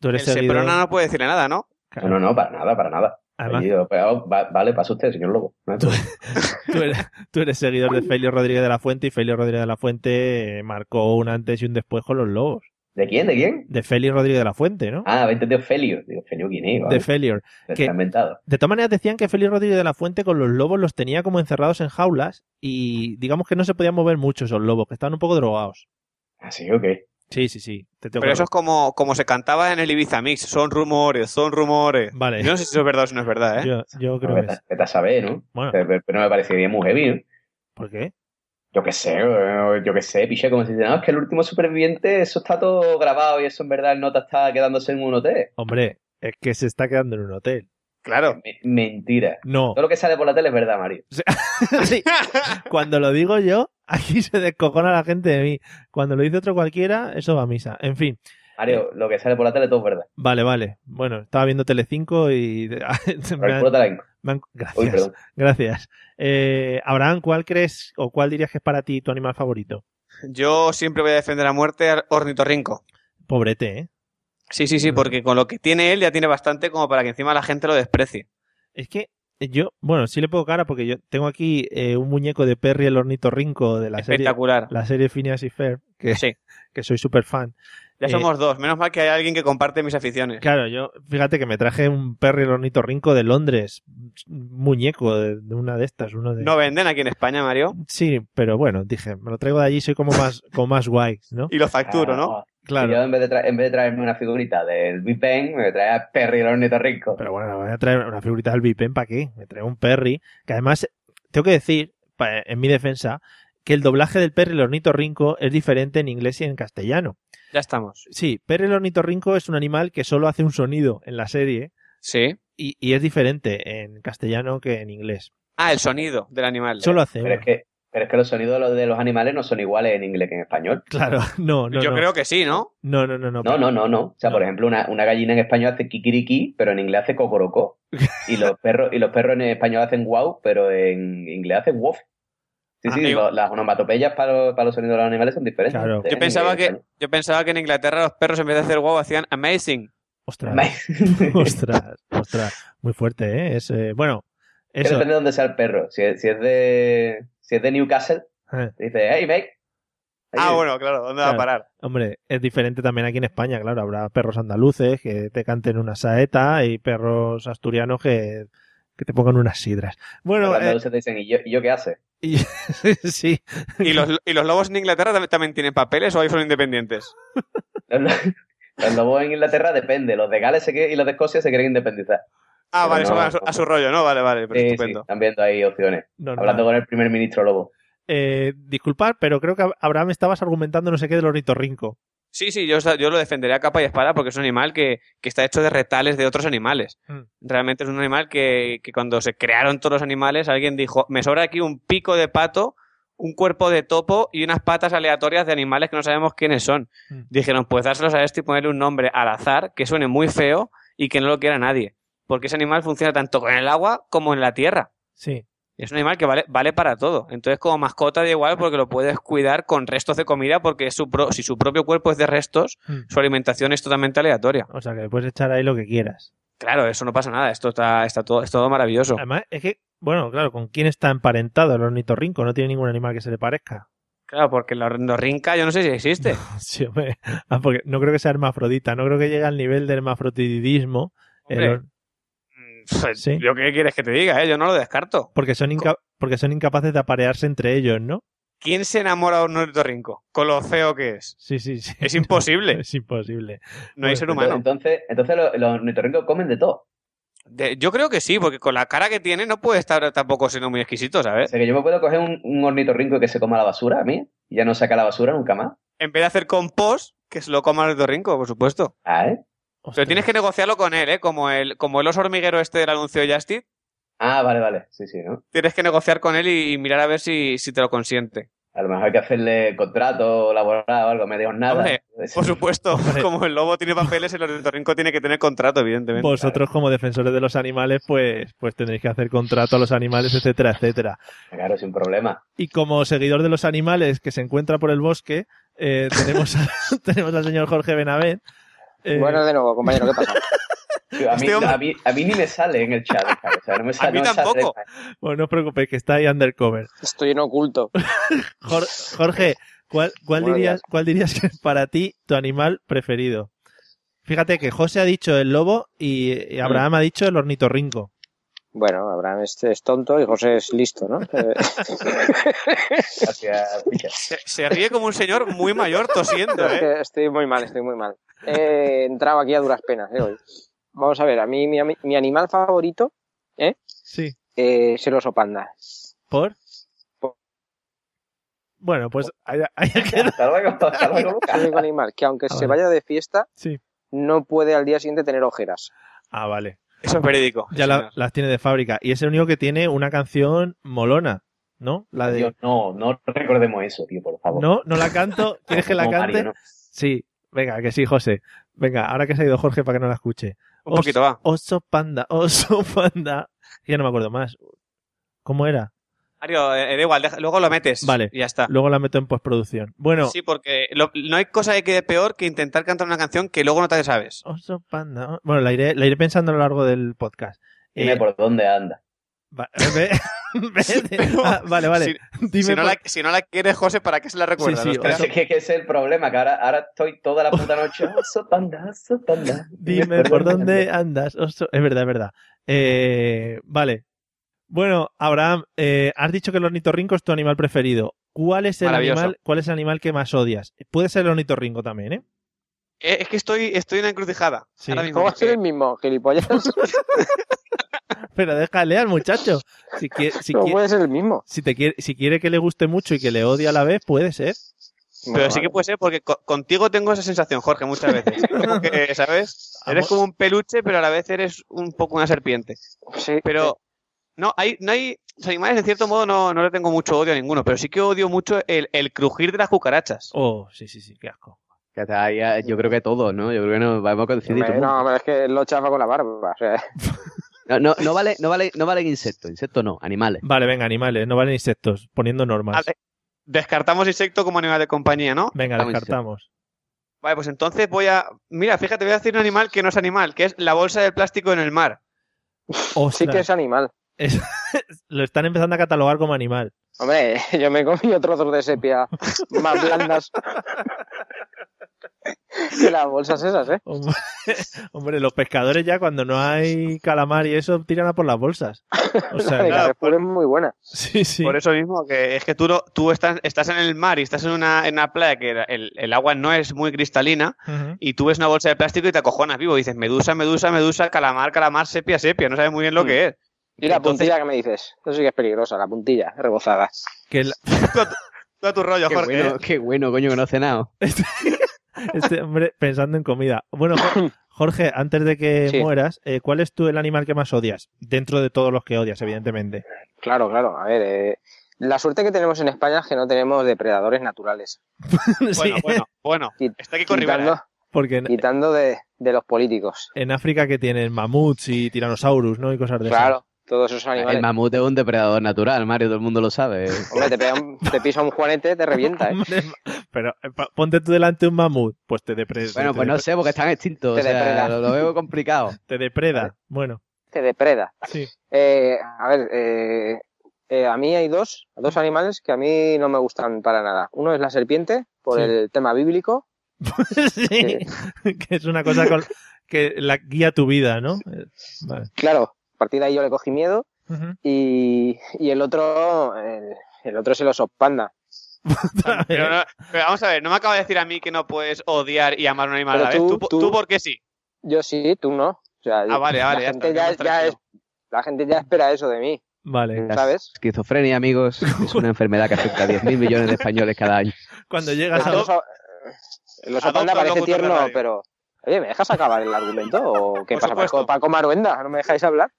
Speaker 2: tú
Speaker 4: El
Speaker 2: eres seguidor-
Speaker 4: Seprona no puede decirle nada, ¿no?
Speaker 2: Claro.
Speaker 6: No, no, no, para nada, para nada.
Speaker 2: Además,
Speaker 6: Allí digo, "Pues, oh, va- vale, pasa usted, señor lobo. No hay
Speaker 2: Tú-
Speaker 6: problema.
Speaker 2: tú eres, tú eres seguidor de Felio Rodríguez de la Fuente y Felio Rodríguez de la Fuente eh, marcó un antes y un después con los lobos.
Speaker 6: ¿De quién? ¿De quién?
Speaker 2: De Felio Rodríguez de la Fuente, ¿no?
Speaker 6: Ah, había entendido Felio. Digo, Felio, ¿quién es? Vale,
Speaker 2: de Felio.
Speaker 6: Está
Speaker 2: que-
Speaker 6: inventado.
Speaker 2: De todas maneras decían que Felio Rodríguez de la Fuente con los lobos los tenía como encerrados en jaulas y digamos que no se podían mover mucho esos lobos, que estaban un poco drogados.
Speaker 6: Así, Ah, ok.
Speaker 2: Sí, sí, sí. Te tengo
Speaker 4: Pero
Speaker 2: que-
Speaker 4: eso es como, como se cantaba en el Ibiza Mix. Son rumores, son rumores.
Speaker 2: Vale,
Speaker 4: Yo no sé si eso es verdad o si no es verdad, ¿eh?
Speaker 2: yo, yo creo que
Speaker 6: Vete
Speaker 2: es.
Speaker 6: a- vete a saber, ¿no?
Speaker 2: Bueno,
Speaker 6: Pero, pero- pero no me parecería muy heavy, ¿no?
Speaker 2: ¿por qué?
Speaker 6: Yo qué sé, eh, yo qué sé, piché, como si dice, no, es que el último superviviente, eso está todo grabado y eso en verdad el nota está quedándose en un hotel.
Speaker 2: Hombre, es que se está quedando en un hotel.
Speaker 4: Claro.
Speaker 6: Me- mentira.
Speaker 2: No.
Speaker 6: Todo lo que sale por la tele es verdad, Mario.
Speaker 2: Sí. Cuando lo digo yo, aquí se descojona la gente de mí. Cuando lo dice otro cualquiera, eso va a misa. En fin.
Speaker 6: Mario, lo que sale por la tele todo es verdad.
Speaker 2: Vale, vale. Bueno, estaba viendo Telecinco y me
Speaker 6: Pero
Speaker 2: han-
Speaker 6: el puro talento.
Speaker 2: me han-
Speaker 6: Uy,
Speaker 2: gracias,
Speaker 6: perdón.
Speaker 2: gracias. Eh, Abraham, ¿cuál crees o cuál dirías que es para ti tu animal favorito?
Speaker 4: Yo siempre voy a defender a muerte al ornitorrinco.
Speaker 2: Pobrete, ¿eh?
Speaker 4: Sí, sí, sí, porque con lo que tiene él ya tiene bastante como para que encima la gente lo desprecie.
Speaker 2: Es que eh, yo, bueno, sí le pongo cara porque yo tengo aquí eh, un muñeco de Perry el ornitorrinco de la serie,
Speaker 4: Espectacular.
Speaker 2: la serie Phineas y Ferb, que,
Speaker 4: Sí.
Speaker 2: que soy súper fan.
Speaker 4: Ya
Speaker 2: Eh,
Speaker 4: somos dos. Menos mal que hay alguien que comparte mis aficiones.
Speaker 2: Claro, yo, fíjate que me traje un Perry el ornitorrinco de Londres, un muñeco de, de una de estas, uno de...
Speaker 4: No venden aquí en España, Mario.
Speaker 2: Sí, pero bueno, dije, me lo traigo de allí, soy como más, como más guay, ¿no?
Speaker 4: Y lo facturo, ¿no?
Speaker 6: Ah,
Speaker 2: Claro.
Speaker 6: Yo en vez, de tra- en vez de traerme una figurita del Big Bang, me traía a Perry el ornitorrinco.
Speaker 2: Pero bueno, voy a traer una figurita del Bipen, ¿para qué? Me traigo un Perry. Que además, tengo que decir, pa- en mi defensa, que el doblaje del Perry el ornitorrinco es diferente en inglés y en castellano.
Speaker 4: Ya estamos.
Speaker 2: Sí, Perry el ornitorrinco es un animal que solo hace un sonido en la serie
Speaker 4: Sí.
Speaker 2: y, y es diferente en castellano que en inglés.
Speaker 4: Ah, el sonido del animal.
Speaker 2: Solo hace
Speaker 6: Pero
Speaker 2: uno.
Speaker 6: es que, pero es que los sonidos de los, de los animales no son iguales en inglés que en español.
Speaker 2: Claro, no, no,
Speaker 4: Yo
Speaker 2: no.
Speaker 4: creo que sí, ¿no?
Speaker 2: No, no, no, no.
Speaker 6: No, no, no, no. O sea,
Speaker 2: No.
Speaker 6: por ejemplo, una, una gallina en español hace kikiriki, pero en inglés hace cocorocó. Y los perros, y los perros en español hacen wow, pero en inglés hacen woof. Sí,
Speaker 4: Ah,
Speaker 6: sí,
Speaker 4: digo-
Speaker 6: lo- las onommatopeyas para, los- para los sonidos de los animales son diferentes.
Speaker 2: Claro.
Speaker 6: En
Speaker 4: Yo
Speaker 6: inglés y
Speaker 4: pensaba
Speaker 6: en
Speaker 4: que,
Speaker 6: español.
Speaker 4: yo pensaba que en Inglaterra los perros en vez de hacer guau hacían amazing.
Speaker 2: Ostras. Ostras, ostras, muy fuerte, ¿eh? Es, eh, bueno,
Speaker 6: Que
Speaker 2: eso.
Speaker 6: depende de dónde sea el perro. Si es, si es de si es de Newcastle,
Speaker 2: Eh,
Speaker 6: dice, hey, mate.
Speaker 4: Ah,
Speaker 6: Oye,
Speaker 4: bueno, claro, ¿dónde va
Speaker 2: Claro.
Speaker 4: a parar?
Speaker 2: hombre, es diferente también aquí en España, claro. Habrá perros andaluces que te canten una saeta y perros asturianos que, que te pongan unas sidras. Bueno,
Speaker 6: Los
Speaker 2: eh,
Speaker 6: andaluces te dicen, ¿y yo, y yo qué hace?
Speaker 2: sí,
Speaker 4: ¿Y los, ¿Y los lobos en Inglaterra tam- también tienen papeles o ahí son independientes?
Speaker 6: Los, lo- los lobos en Inglaterra depende. Los de Gales se cre- y los de Escocia se quieren independizar.
Speaker 4: Ah,
Speaker 6: Pero
Speaker 4: vale, eso
Speaker 6: no,
Speaker 4: va a su,
Speaker 6: no.
Speaker 4: a su rollo, ¿no? Vale, vale, pero
Speaker 6: Sí, sí,
Speaker 4: estupendo.
Speaker 6: están viendo ahí opciones.
Speaker 2: normal.
Speaker 6: Hablando con el primer ministro lobo.
Speaker 2: Eh, disculpad, pero creo que Abraham estabas argumentando no sé qué del ornitorrinco.
Speaker 4: Sí, sí, yo, sa- yo lo defenderé a capa y espada porque es un animal que, que está hecho de retales de otros animales.
Speaker 2: Mm.
Speaker 4: Realmente es un animal que, que cuando se crearon todos los animales, alguien dijo, me sobra aquí un pico de pato, un cuerpo de topo y unas patas aleatorias de animales que no sabemos quiénes son.
Speaker 2: Mm.
Speaker 4: Dijeron, pues dárselos a este y ponerle un nombre al azar que suene muy feo y que no lo quiera nadie. Porque ese animal funciona tanto en el agua como en la tierra.
Speaker 2: Sí,
Speaker 4: Es un animal que vale, vale para todo. Entonces, como mascota, da igual porque lo puedes cuidar con restos de comida, porque es su pro- si su propio cuerpo es de restos,
Speaker 2: Mm.
Speaker 4: su alimentación es totalmente aleatoria.
Speaker 2: o sea que le puedes echar ahí lo que quieras.
Speaker 4: Claro, eso no pasa nada. Esto está, está todo, es todo maravilloso.
Speaker 2: Además, es que, bueno, claro, ¿con quién está emparentado el ornitorrinco? No tiene ningún animal que se le parezca.
Speaker 4: Claro, porque la ornitorrinca yo no sé si existe.
Speaker 2: Sí, hombre. Ah, porque no creo que sea hermafrodita, no creo que llegue al nivel del hermafrodidismo.
Speaker 4: Hombre.
Speaker 2: El or-
Speaker 4: Pues,
Speaker 2: Sí.
Speaker 4: Yo qué quieres que te diga, ¿eh? Yo no lo descarto.
Speaker 2: Porque son, inca- porque son incapaces de aparearse entre ellos, ¿no?
Speaker 4: ¿Quién se enamora de un ornitorrinco? Con lo feo que es.
Speaker 2: Sí, sí, sí.
Speaker 4: Es imposible.
Speaker 2: Es imposible.
Speaker 4: No hay
Speaker 2: Bueno,
Speaker 4: ser
Speaker 7: Entonces,
Speaker 4: humano.
Speaker 7: entonces, entonces los, los ornitorrincos comen de todo.
Speaker 4: De- yo creo que sí, porque con la cara que tiene no puede estar tampoco siendo muy exquisito,
Speaker 7: O
Speaker 4: ¿sabes?
Speaker 7: sea que yo me puedo coger un, un ornitorrinco que se coma la basura a mí y ya no saca la basura nunca más.
Speaker 4: En vez de hacer compost, que se lo coma el ornitorrinco, por supuesto.
Speaker 7: Ah, ¿eh?
Speaker 4: Pero
Speaker 2: Ostras.
Speaker 4: tienes que negociarlo con él, ¿eh? Como el, como el oso hormiguero este del anuncio de Justin,
Speaker 7: Ah, vale, vale. Sí, sí, ¿no?
Speaker 4: tienes que negociar con él y, y mirar a ver si, si te lo consiente.
Speaker 7: A lo mejor hay que hacerle contrato laboral o algo, me digas nada.
Speaker 4: Hombre, Por supuesto,
Speaker 2: Hombre.
Speaker 4: como el lobo tiene papeles, el ornitorrinco tiene que tener contrato, evidentemente.
Speaker 2: Vosotros como defensores de los animales, pues, pues tendréis que hacer contrato a los animales, etcétera, etcétera.
Speaker 7: Claro, sin problema.
Speaker 2: Y como seguidor de los animales que se encuentra por el bosque, eh, tenemos, a- tenemos al señor Jorge Benavent. eh,
Speaker 3: Bueno, de nuevo, compañero, ¿qué pasa?
Speaker 7: Tío, a, mí,
Speaker 4: Este hombre-
Speaker 7: a, mí, a mí ni me sale en el chat. ¿sabes? O sea, no me sale,
Speaker 4: mí
Speaker 7: no me sale.
Speaker 4: tampoco.
Speaker 2: bueno, no os preocupéis, que está ahí undercover.
Speaker 3: Estoy en oculto.
Speaker 2: Jor- Jorge, ¿cuál, cuál,
Speaker 3: Buenos
Speaker 2: dirías,
Speaker 3: días.
Speaker 2: ¿cuál dirías que es para ti tu animal preferido? Fíjate que José ha dicho el lobo y y Abraham ha dicho el ornitorrinco.
Speaker 3: Bueno, Abraham es, es tonto y José es listo, ¿no? Eh,
Speaker 7: Gracias, picha.
Speaker 4: Se, se ríe como un señor muy mayor tosiendo,
Speaker 3: es
Speaker 4: ¿eh?
Speaker 3: que estoy muy mal, estoy muy mal. Eh, He entrado aquí a duras penas, eh, hoy. Vamos a ver, a mí mi, ami- mi animal favorito
Speaker 2: Sí.
Speaker 3: eh, es el oso panda.
Speaker 2: ¿Por?
Speaker 3: Por-
Speaker 2: Bueno, pues ahí ahí ha quedado.
Speaker 7: Hasta luego, hasta luego,
Speaker 3: Es el
Speaker 7: Lucas.
Speaker 3: único animal que aunque
Speaker 2: Ah,
Speaker 3: se
Speaker 2: vale.
Speaker 3: vaya de fiesta,
Speaker 2: Sí.
Speaker 3: no puede al día siguiente tener ojeras.
Speaker 2: Ah, vale.
Speaker 4: Eso es verídico.
Speaker 2: Ya
Speaker 4: sí,
Speaker 2: la-
Speaker 4: señor.
Speaker 2: las tiene de fábrica. Y es el único que tiene una canción molona, ¿no? La de...
Speaker 7: Dios, no, no recordemos eso, tío, por favor.
Speaker 2: No, no la canto. ¿Quieres que la
Speaker 7: No,
Speaker 2: cante?
Speaker 7: Mario, no.
Speaker 2: Sí, venga, que sí, José. Venga, ahora que se ha ido Jorge para que no la escuche.
Speaker 4: Un poquito va.
Speaker 2: Oso panda, oso panda. Ya no me acuerdo más. ¿Cómo era?
Speaker 4: Mario, eh, da igual, deja- luego lo metes.
Speaker 2: Vale.
Speaker 4: Y ya está.
Speaker 2: Luego la meto en postproducción. Bueno,
Speaker 4: Sí, porque lo- no hay cosa que quede peor que intentar cantar una canción que luego no te sabes.
Speaker 2: oso panda. o- Bueno, la iré, la iré pensando a lo largo del podcast.
Speaker 7: Dime
Speaker 2: Eh,
Speaker 7: por dónde anda.
Speaker 2: va- ve- ve- ah, vale, vale.
Speaker 4: Si-
Speaker 2: Dime
Speaker 4: si, no
Speaker 2: por-
Speaker 4: la, si no la quieres, José, ¿para qué se la recuerdas?
Speaker 2: Sí, sí,
Speaker 4: Nos
Speaker 7: Pero
Speaker 4: queda-
Speaker 2: oso-
Speaker 7: es que, que ese es el problema, que ahora, ahora estoy toda la puta noche. Oso panda, oso panda.
Speaker 2: Dime por
Speaker 7: dónde
Speaker 2: dónde andas. oso- Es verdad, es verdad. Eh, vale. Bueno, Abraham, eh, has dicho que el ornitorrinco es tu animal preferido. ¿Cuál es, el
Speaker 4: Maravilloso.
Speaker 2: animal, ¿Cuál es el animal que más odias? Puede ser el ornitorrinco también, ¿eh?
Speaker 4: Eh, es que estoy, estoy en una encrucijada.
Speaker 2: Sí.
Speaker 4: Ahora mismo.
Speaker 3: ¿Cómo va a ser
Speaker 4: porque-
Speaker 3: el mismo, gilipollas?
Speaker 2: Pero déjale al muchacho. Si, quie- si,
Speaker 3: no
Speaker 2: quie-
Speaker 3: puede ser el mismo.
Speaker 2: si te quiere, si quiere que le guste mucho y que le odie a la vez, puede ser.
Speaker 4: Pero sí que puede ser, porque co- contigo tengo esa sensación, Jorge, muchas veces. Como que, ¿Sabes? Eres
Speaker 2: Amor.
Speaker 4: como un peluche, pero a la vez eres un poco una serpiente.
Speaker 3: que... Sí,
Speaker 4: Pero no hay, no hay. Los animales, en cierto modo, no, no le tengo mucho odio a ninguno, pero sí que odio mucho el, el crujir de las cucarachas.
Speaker 2: Oh, sí, sí, sí, qué asco.
Speaker 6: Que está ahí, eh, yo creo que todos, ¿no? Yo creo que nos vamos a coincidir. todo
Speaker 3: hombre,
Speaker 6: el mundo.
Speaker 3: no, pero es que lo chafa con la barba. O sea,
Speaker 6: No, no, no vale, no vale, no valen insectos, insectos no, animales.
Speaker 2: Vale, venga, animales, no valen insectos, poniendo normas.
Speaker 4: Vale. Descartamos insecto como animal de compañía, ¿no?
Speaker 2: Venga,
Speaker 6: Vamos,
Speaker 2: descartamos.
Speaker 4: Vale, pues entonces voy a. Mira, fíjate, voy a decir un animal que no es animal, que es la bolsa de plástico en el mar.
Speaker 3: sí
Speaker 2: Ostras,
Speaker 3: que es animal.
Speaker 2: lo están empezando a catalogar como animal.
Speaker 3: Hombre, yo me he comido trozos de sepia más blandas que las bolsas esas, ¿eh?
Speaker 2: Hombre, hombre, los pescadores ya cuando no hay calamar y eso tiran a por las bolsas. O sea,
Speaker 3: la de
Speaker 2: que-
Speaker 4: claro,
Speaker 3: Carrefour es muy buena.
Speaker 2: sí, sí.
Speaker 4: Por eso mismo, que es que tú, no- tú estás, estás en el mar y estás en una, en una playa que el, el agua no es muy cristalina
Speaker 2: Ujú.
Speaker 4: y tú ves una bolsa de plástico y te acojonas vivo. Y dices, medusa, medusa, medusa, calamar, calamar, sepia, sepia. No sabes muy bien lo que es.
Speaker 3: Y la
Speaker 4: Entonces-
Speaker 3: puntilla que me dices, eso sí que es peligrosa, la puntilla, rebozada.
Speaker 2: Que la-
Speaker 4: Tú a tu rollo,
Speaker 6: Qué
Speaker 4: Jorge.
Speaker 6: bueno, qué bueno, coño, que no he cenado.
Speaker 2: este hombre pensando en comida. Bueno, Jo- Jorge, antes de que
Speaker 3: Sí.
Speaker 2: mueras, eh, ¿cuál es tú el animal que más odias? Dentro de todos los que odias, evidentemente.
Speaker 3: Claro, claro, a ver, eh, la suerte que tenemos en España es que no tenemos depredadores naturales.
Speaker 2: Sí,
Speaker 4: Bueno, bueno, bueno.
Speaker 3: Qui-
Speaker 4: Está aquí con Rivera.
Speaker 3: Quitando,
Speaker 4: ¿eh?
Speaker 2: porque en,
Speaker 3: quitando de, de los políticos.
Speaker 2: en África que tienen mamuts y tiranosaurus, ¿no? Y cosas de esas.
Speaker 3: Claro, todos esos
Speaker 6: El
Speaker 3: animales.
Speaker 6: mamut es un depredador natural, Mario, todo el mundo lo sabe.
Speaker 3: Hombre, te, pega un- te pisa un juanete, te revienta, ¿eh?
Speaker 2: Hombre, pero eh, pa- ponte tú delante un mamut, pues te depreda.
Speaker 6: Bueno,
Speaker 2: te
Speaker 6: pues no
Speaker 2: depre-
Speaker 6: sé, porque están extintos, o
Speaker 3: Te
Speaker 6: sea,
Speaker 3: depreda.
Speaker 6: lo, lo veo complicado.
Speaker 2: te depreda. Bueno,
Speaker 3: te depreda.
Speaker 2: sí.
Speaker 3: Eh, a ver, eh, eh, a mí hay dos, dos animales que a mí no me gustan para nada. Uno es la serpiente, por
Speaker 2: Sí.
Speaker 3: el tema bíblico.
Speaker 2: Sí, que es una cosa con- que la guía tu vida, ¿no? Eh, Vale.
Speaker 3: Claro, a partir de ahí yo le cogí miedo.
Speaker 2: Ujú.
Speaker 3: Y, y el otro, el, el otro es el oso panda.
Speaker 4: Pero, no- pero vamos a ver, no me acaba de decir a mí que no puedes odiar y amar a un animal
Speaker 3: Pero
Speaker 4: a la vez.
Speaker 3: tú-
Speaker 4: Tú, po-
Speaker 3: tú-
Speaker 4: tú porque sí.
Speaker 3: Yo sí, tú no. O sea,
Speaker 4: Ah, vale, vale,
Speaker 3: la,
Speaker 4: ya está,
Speaker 3: gente ya,
Speaker 4: quedamos
Speaker 3: ya es- la gente ya espera eso de mí,
Speaker 2: Vale.
Speaker 3: ¿sabes?
Speaker 6: Esquizofrenia, amigos, es una enfermedad que afecta a 10.000 millones de españoles cada año.
Speaker 2: Cuando llegas
Speaker 3: El
Speaker 2: a...
Speaker 3: oso, el oso
Speaker 4: Adopta
Speaker 3: panda
Speaker 4: un
Speaker 3: parece
Speaker 4: locutor de
Speaker 3: tierno,
Speaker 4: radio.
Speaker 3: pero... Oye, ¿me dejas acabar el argumento? ¿O qué
Speaker 4: Por
Speaker 3: pasa, Paco,
Speaker 4: supuesto.
Speaker 3: Paco Maruenda? ¿No me dejáis hablar?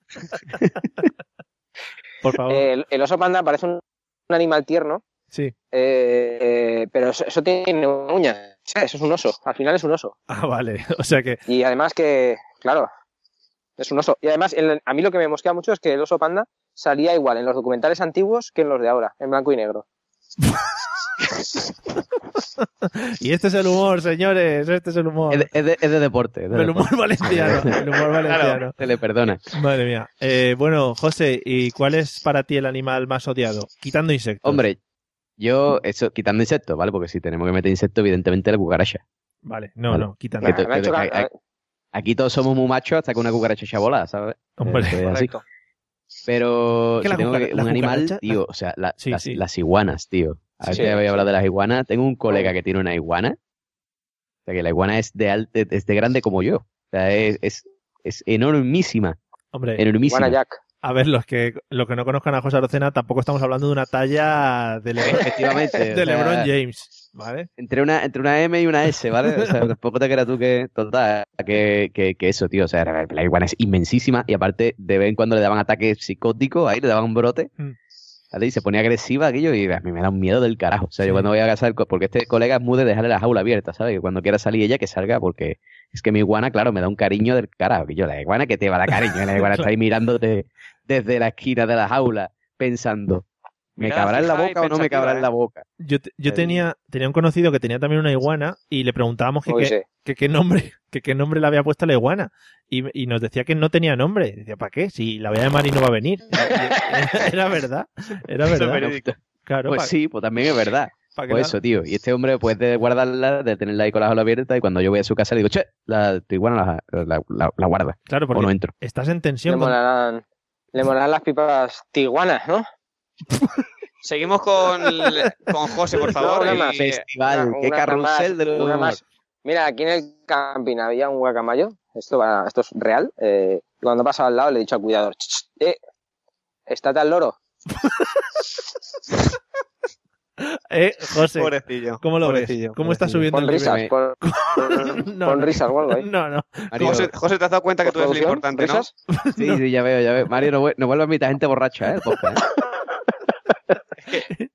Speaker 2: Por
Speaker 4: Ah.
Speaker 2: favor.
Speaker 3: Eh, el, el oso panda parece un, un animal tierno,
Speaker 2: Sí.
Speaker 3: eh, eh, pero eso, eso tiene uñas. O sea, Eso es un oso. Al final es un oso.
Speaker 2: Ah, vale. O sea que...
Speaker 3: Y además que, claro, es un oso. Y además, el- a mí lo que me mosquea mucho es que el oso panda salía igual en los documentales antiguos que en los de ahora, en blanco y negro.
Speaker 2: Y este es el humor, señores. Este es el humor.
Speaker 6: Es de, es de- es de deporte. es de
Speaker 2: El
Speaker 6: deporte.
Speaker 2: humor valenciano. El humor valenciano.
Speaker 6: Se le perdona.
Speaker 2: Madre mía. Eh, bueno, José, ¿y cuál es para ti el animal más odiado? Quitando insectos.
Speaker 6: Hombre, yo,
Speaker 3: mm.
Speaker 6: eso, quitando insectos, ¿vale? Porque si tenemos que meter insectos, evidentemente la cucaracha.
Speaker 2: Vale, no,
Speaker 6: Vale.
Speaker 2: no, quitando.
Speaker 6: Que to-
Speaker 3: Ah, me ha
Speaker 6: que-
Speaker 3: hecho
Speaker 6: que-
Speaker 3: ca-
Speaker 6: Aquí todos somos muy machos hasta que una cucaracha echa bola, ¿sabes?
Speaker 2: Hombre.
Speaker 6: Esto es así.
Speaker 3: correcto.
Speaker 6: Pero
Speaker 2: Que
Speaker 6: si
Speaker 2: la
Speaker 6: tengo que-
Speaker 2: cucara- la
Speaker 6: un animal,
Speaker 2: cucaracha-
Speaker 6: tío, o sea, la-
Speaker 2: Sí,
Speaker 6: las,
Speaker 2: sí.
Speaker 6: las iguanas, tío. A ver
Speaker 3: Sí,
Speaker 6: si habéis
Speaker 3: sí.
Speaker 6: hablado de las iguanas. Tengo un colega que tiene una iguana. O sea, que la iguana es de, al- es de grande como yo. O sea, es, es, es enormísima,
Speaker 2: Hombre,
Speaker 6: enormísima.
Speaker 3: Iguana Jack.
Speaker 2: a ver, los que, los que no conozcan a José Arocena, tampoco estamos hablando de una talla de, Lebron-
Speaker 6: Efectivamente. o
Speaker 2: de
Speaker 6: sea,
Speaker 2: LeBron James, ¿vale?
Speaker 6: entre una, entre una M y una S, ¿vale? O sea, tampoco te creas tú que. Total, que, que, que eso, tío. O sea, la la iguana es inmensísima y aparte, de vez en cuando le daban ataques psicóticos, ahí le daban un brote.
Speaker 2: Mm.
Speaker 6: ¿vale? Y se ponía agresiva aquello y a mí me da un miedo del carajo. O sea,
Speaker 2: Sí.
Speaker 6: yo cuando voy a casar, co- porque este colega es muy de dejarle la jaula abierta, ¿sabes? Que cuando quiera salir ella, que salga, porque es que mi iguana, claro, me da un cariño del carajo. Que yo, la iguana que te va a dar cariño, la iguana está ahí mirándote desde la esquina de la jaula, pensando, ¿me
Speaker 4: Mirada
Speaker 6: cabrá en la
Speaker 4: fija y
Speaker 6: boca o no me
Speaker 4: pensativa,
Speaker 6: cabrá
Speaker 4: ¿eh?
Speaker 6: en la boca?
Speaker 2: Yo, te- yo
Speaker 6: El-
Speaker 2: tenía, tenía un conocido que tenía también una iguana y le preguntábamos que
Speaker 3: Uy,
Speaker 2: qué
Speaker 3: sí.
Speaker 2: que qué nombre, que qué nombre le había puesto a la iguana. Y, y nos decía que no tenía nombre. Decía, ¿para qué? Si la voy a llamar y no va a venir. Era, era verdad, era
Speaker 4: Eso es
Speaker 2: verdad.
Speaker 4: verídico.
Speaker 2: Claro,
Speaker 6: Pues
Speaker 2: pa-
Speaker 6: sí, pues también es verdad.
Speaker 2: pa' que
Speaker 6: Pues
Speaker 2: la-
Speaker 6: eso, tío. Y este hombre, pues de guardarla, de tenerla ahí con la jaula abierta, y cuando yo voy a su casa, le digo, che, la tu iguana la, la, la- la guarda,
Speaker 2: Claro,
Speaker 6: o
Speaker 2: porque
Speaker 6: no entro.
Speaker 2: estás en
Speaker 3: Le
Speaker 2: tensión. con-
Speaker 3: molarán, le molarán las pipas tiguanas, ¿no?
Speaker 4: Seguimos con, con José, por favor.
Speaker 3: No, no,
Speaker 4: y-
Speaker 6: Festival,
Speaker 3: Una-
Speaker 6: qué
Speaker 3: una
Speaker 6: carrusel
Speaker 3: más,
Speaker 6: de
Speaker 3: una
Speaker 6: los
Speaker 3: más. Mira, aquí en el camping había un guacamayo. Esto, va- esto es real. eh, y cuando pasa al lado le he dicho al cuidador, "Ch, ch, eh, estate al loro.
Speaker 2: Eh, José,
Speaker 4: Pobrecillo.
Speaker 2: ¿cómo lo ves?
Speaker 4: pobrecillo,
Speaker 2: ¿Cómo estás
Speaker 4: pobrecillo.
Speaker 2: subiendo el
Speaker 3: Pon
Speaker 2: nivel?
Speaker 3: risas,
Speaker 6: me-
Speaker 3: pon,
Speaker 2: No,
Speaker 3: pon
Speaker 2: no.
Speaker 3: risas o algo, ¿eh?
Speaker 2: No, no.
Speaker 6: Mario,
Speaker 4: José, José, te has dado cuenta que tú eres el
Speaker 3: ¿Producción?
Speaker 4: importante, ¿no?
Speaker 3: ¿Risas?
Speaker 6: sí, sí, ya veo, ya veo. Mario, no, vuel- no vuelvas a invitar gente borracha, ¿eh? el podcast, ¿eh?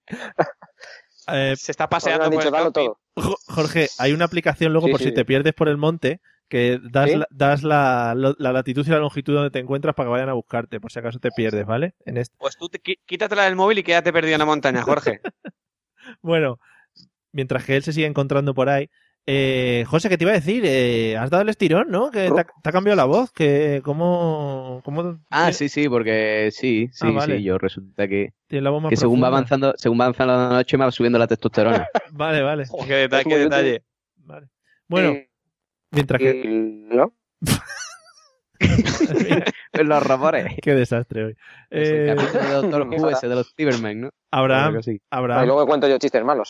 Speaker 2: Eh,
Speaker 4: Se está
Speaker 3: Porque me
Speaker 4: paseando
Speaker 3: han
Speaker 4: por
Speaker 3: dicho,
Speaker 4: el
Speaker 3: dalo
Speaker 4: camping.
Speaker 3: todo.
Speaker 2: Jo- Jorge, hay una aplicación luego
Speaker 3: Sí,
Speaker 2: por
Speaker 3: sí.
Speaker 2: si te pierdes por el monte que das,
Speaker 3: ¿Sí?
Speaker 2: la, das la, lo- la latitud y la longitud donde te encuentras para que vayan a buscarte, por si acaso te pierdes, ¿vale? En este...
Speaker 4: Pues tú te qui- quítatela del móvil y quédate perdido en la montaña, Jorge.
Speaker 2: Bueno, mientras que él se sigue encontrando por ahí. Eh, José, ¿qué te iba a decir? Eh, has dado el estirón, ¿no? Que te ha, te ha cambiado la voz, que cómo, cómo
Speaker 6: Ah, sí, sí, porque sí, sí,
Speaker 2: Ah, vale.
Speaker 6: sí. Yo resulta que,
Speaker 2: tienes la voz más
Speaker 6: que según va
Speaker 2: profunda?
Speaker 6: avanzando, según va avanzando la noche, me va subiendo la testosterona.
Speaker 2: Vale, vale,
Speaker 4: Jo, qué detalle.
Speaker 3: Es muy
Speaker 4: qué
Speaker 3: útil.
Speaker 4: detalle.
Speaker 2: vale. Bueno,
Speaker 3: Eh,
Speaker 2: mientras que...
Speaker 3: y- ¿no?
Speaker 6: Pues los rumores.
Speaker 2: Qué desastre hoy.
Speaker 6: eh, Es el
Speaker 2: Eh,
Speaker 6: capítulo de Doctor Who
Speaker 3: Ojalá.
Speaker 6: ese de los Cybermen, ¿no?
Speaker 2: Abraham,
Speaker 6: Algo así.
Speaker 2: Abraham,
Speaker 3: Y luego cuento yo chistes malos.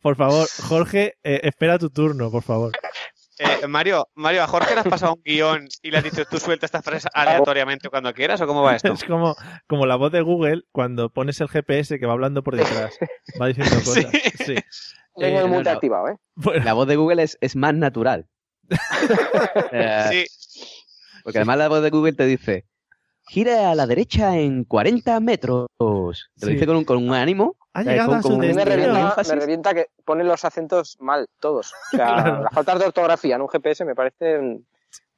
Speaker 2: por favor, Jorge, eh, espera tu turno, por favor.
Speaker 4: Eh, Mario, Mario, ¿a Jorge le has pasado un guión y le has dicho tú suelta estas frases aleatoriamente cuando quieras o cómo va esto?
Speaker 2: Es como, como la voz de Google cuando pones el GPS que va hablando por detrás. Va diciendo cosas. Sí.
Speaker 3: Tengo
Speaker 2: Eh,
Speaker 3: el mute
Speaker 6: no, no.
Speaker 3: activado, ¿eh?
Speaker 2: Bueno,
Speaker 6: La voz de Google es, es más natural. O sea,
Speaker 4: Sí,
Speaker 6: Porque además la voz de Google te dice, gira a la derecha en 40 metros. Te lo
Speaker 2: Sí. Ah,
Speaker 6: dice con un, con un ánimo.
Speaker 2: ha
Speaker 6: ¿sabes?
Speaker 2: llegado
Speaker 6: Con-
Speaker 2: a
Speaker 6: con
Speaker 2: su
Speaker 6: un-
Speaker 3: A mí me
Speaker 6: Este, ¿no?
Speaker 2: destino.
Speaker 3: revienta,
Speaker 6: Énfasis.
Speaker 3: me revienta que ponen los acentos mal, todos. O sea,
Speaker 2: Claro.
Speaker 3: las faltas de ortografía en un GPS me parecen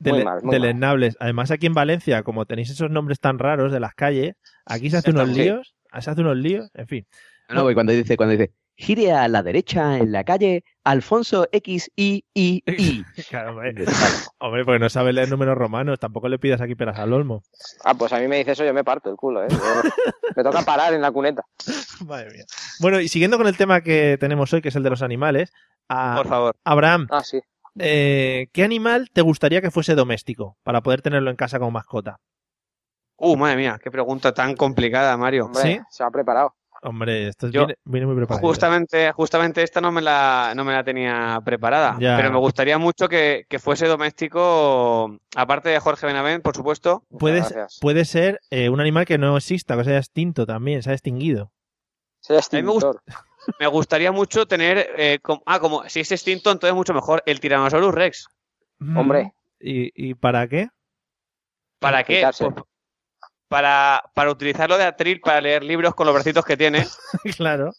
Speaker 2: Dele-
Speaker 3: muy mal, muy mal.
Speaker 2: deleznables. Además, aquí en Valencia, como tenéis esos nombres tan raros de las calles, aquí se hace unos
Speaker 3: Estamos-
Speaker 2: líos. Se hace unos líos. En fin.
Speaker 6: No, no, porque cuando dice, cuando dice, gire a la derecha en la calle Alfonso X I I I.
Speaker 2: Claro, hombre. Hombre, porque no sabe leer números romanos. Tampoco le pidas aquí peras al olmo.
Speaker 3: Ah, pues a mí me dice eso, yo me parto el culo, ¿eh? Yo- me toca parar en la cuneta.
Speaker 2: Madre mía. Bueno, y siguiendo con el tema que tenemos hoy, que es el de los animales. a-
Speaker 4: Por favor.
Speaker 2: Abraham,
Speaker 3: Ah, sí.
Speaker 2: eh, ¿qué animal te gustaría que fuese doméstico para poder tenerlo en casa como mascota?
Speaker 4: Uh, madre mía, qué pregunta tan complicada, Mario.
Speaker 3: Hombre,
Speaker 2: ¿Sí?
Speaker 3: se ha preparado.
Speaker 2: Hombre, esto es-
Speaker 4: Yo-
Speaker 2: viene, viene muy preparado.
Speaker 4: Justamente, justamente esta no me la, no me la tenía preparada,
Speaker 2: Ya.
Speaker 4: pero me gustaría mucho que, que fuese doméstico, aparte de Jorge Benavent, por supuesto.
Speaker 2: Puede,
Speaker 3: Muchas
Speaker 2: ser-
Speaker 3: gracias.
Speaker 2: puede ser eh, un animal que no exista, que sea extinto también, se ha extinguido.
Speaker 3: Soy
Speaker 4: mí me gusta-
Speaker 3: extintor.
Speaker 4: Me gustaría mucho tener, eh, com- ah, como si es extinto, entonces mucho mejor, el Tyrannosaurus Rex.
Speaker 2: Mm.
Speaker 3: Hombre.
Speaker 2: ¿Y, y para qué?
Speaker 4: ¿Para qué?
Speaker 3: Explicarse.
Speaker 4: Pues para, para utilizarlo de atril, para leer libros con los bracitos que tiene.
Speaker 2: claro.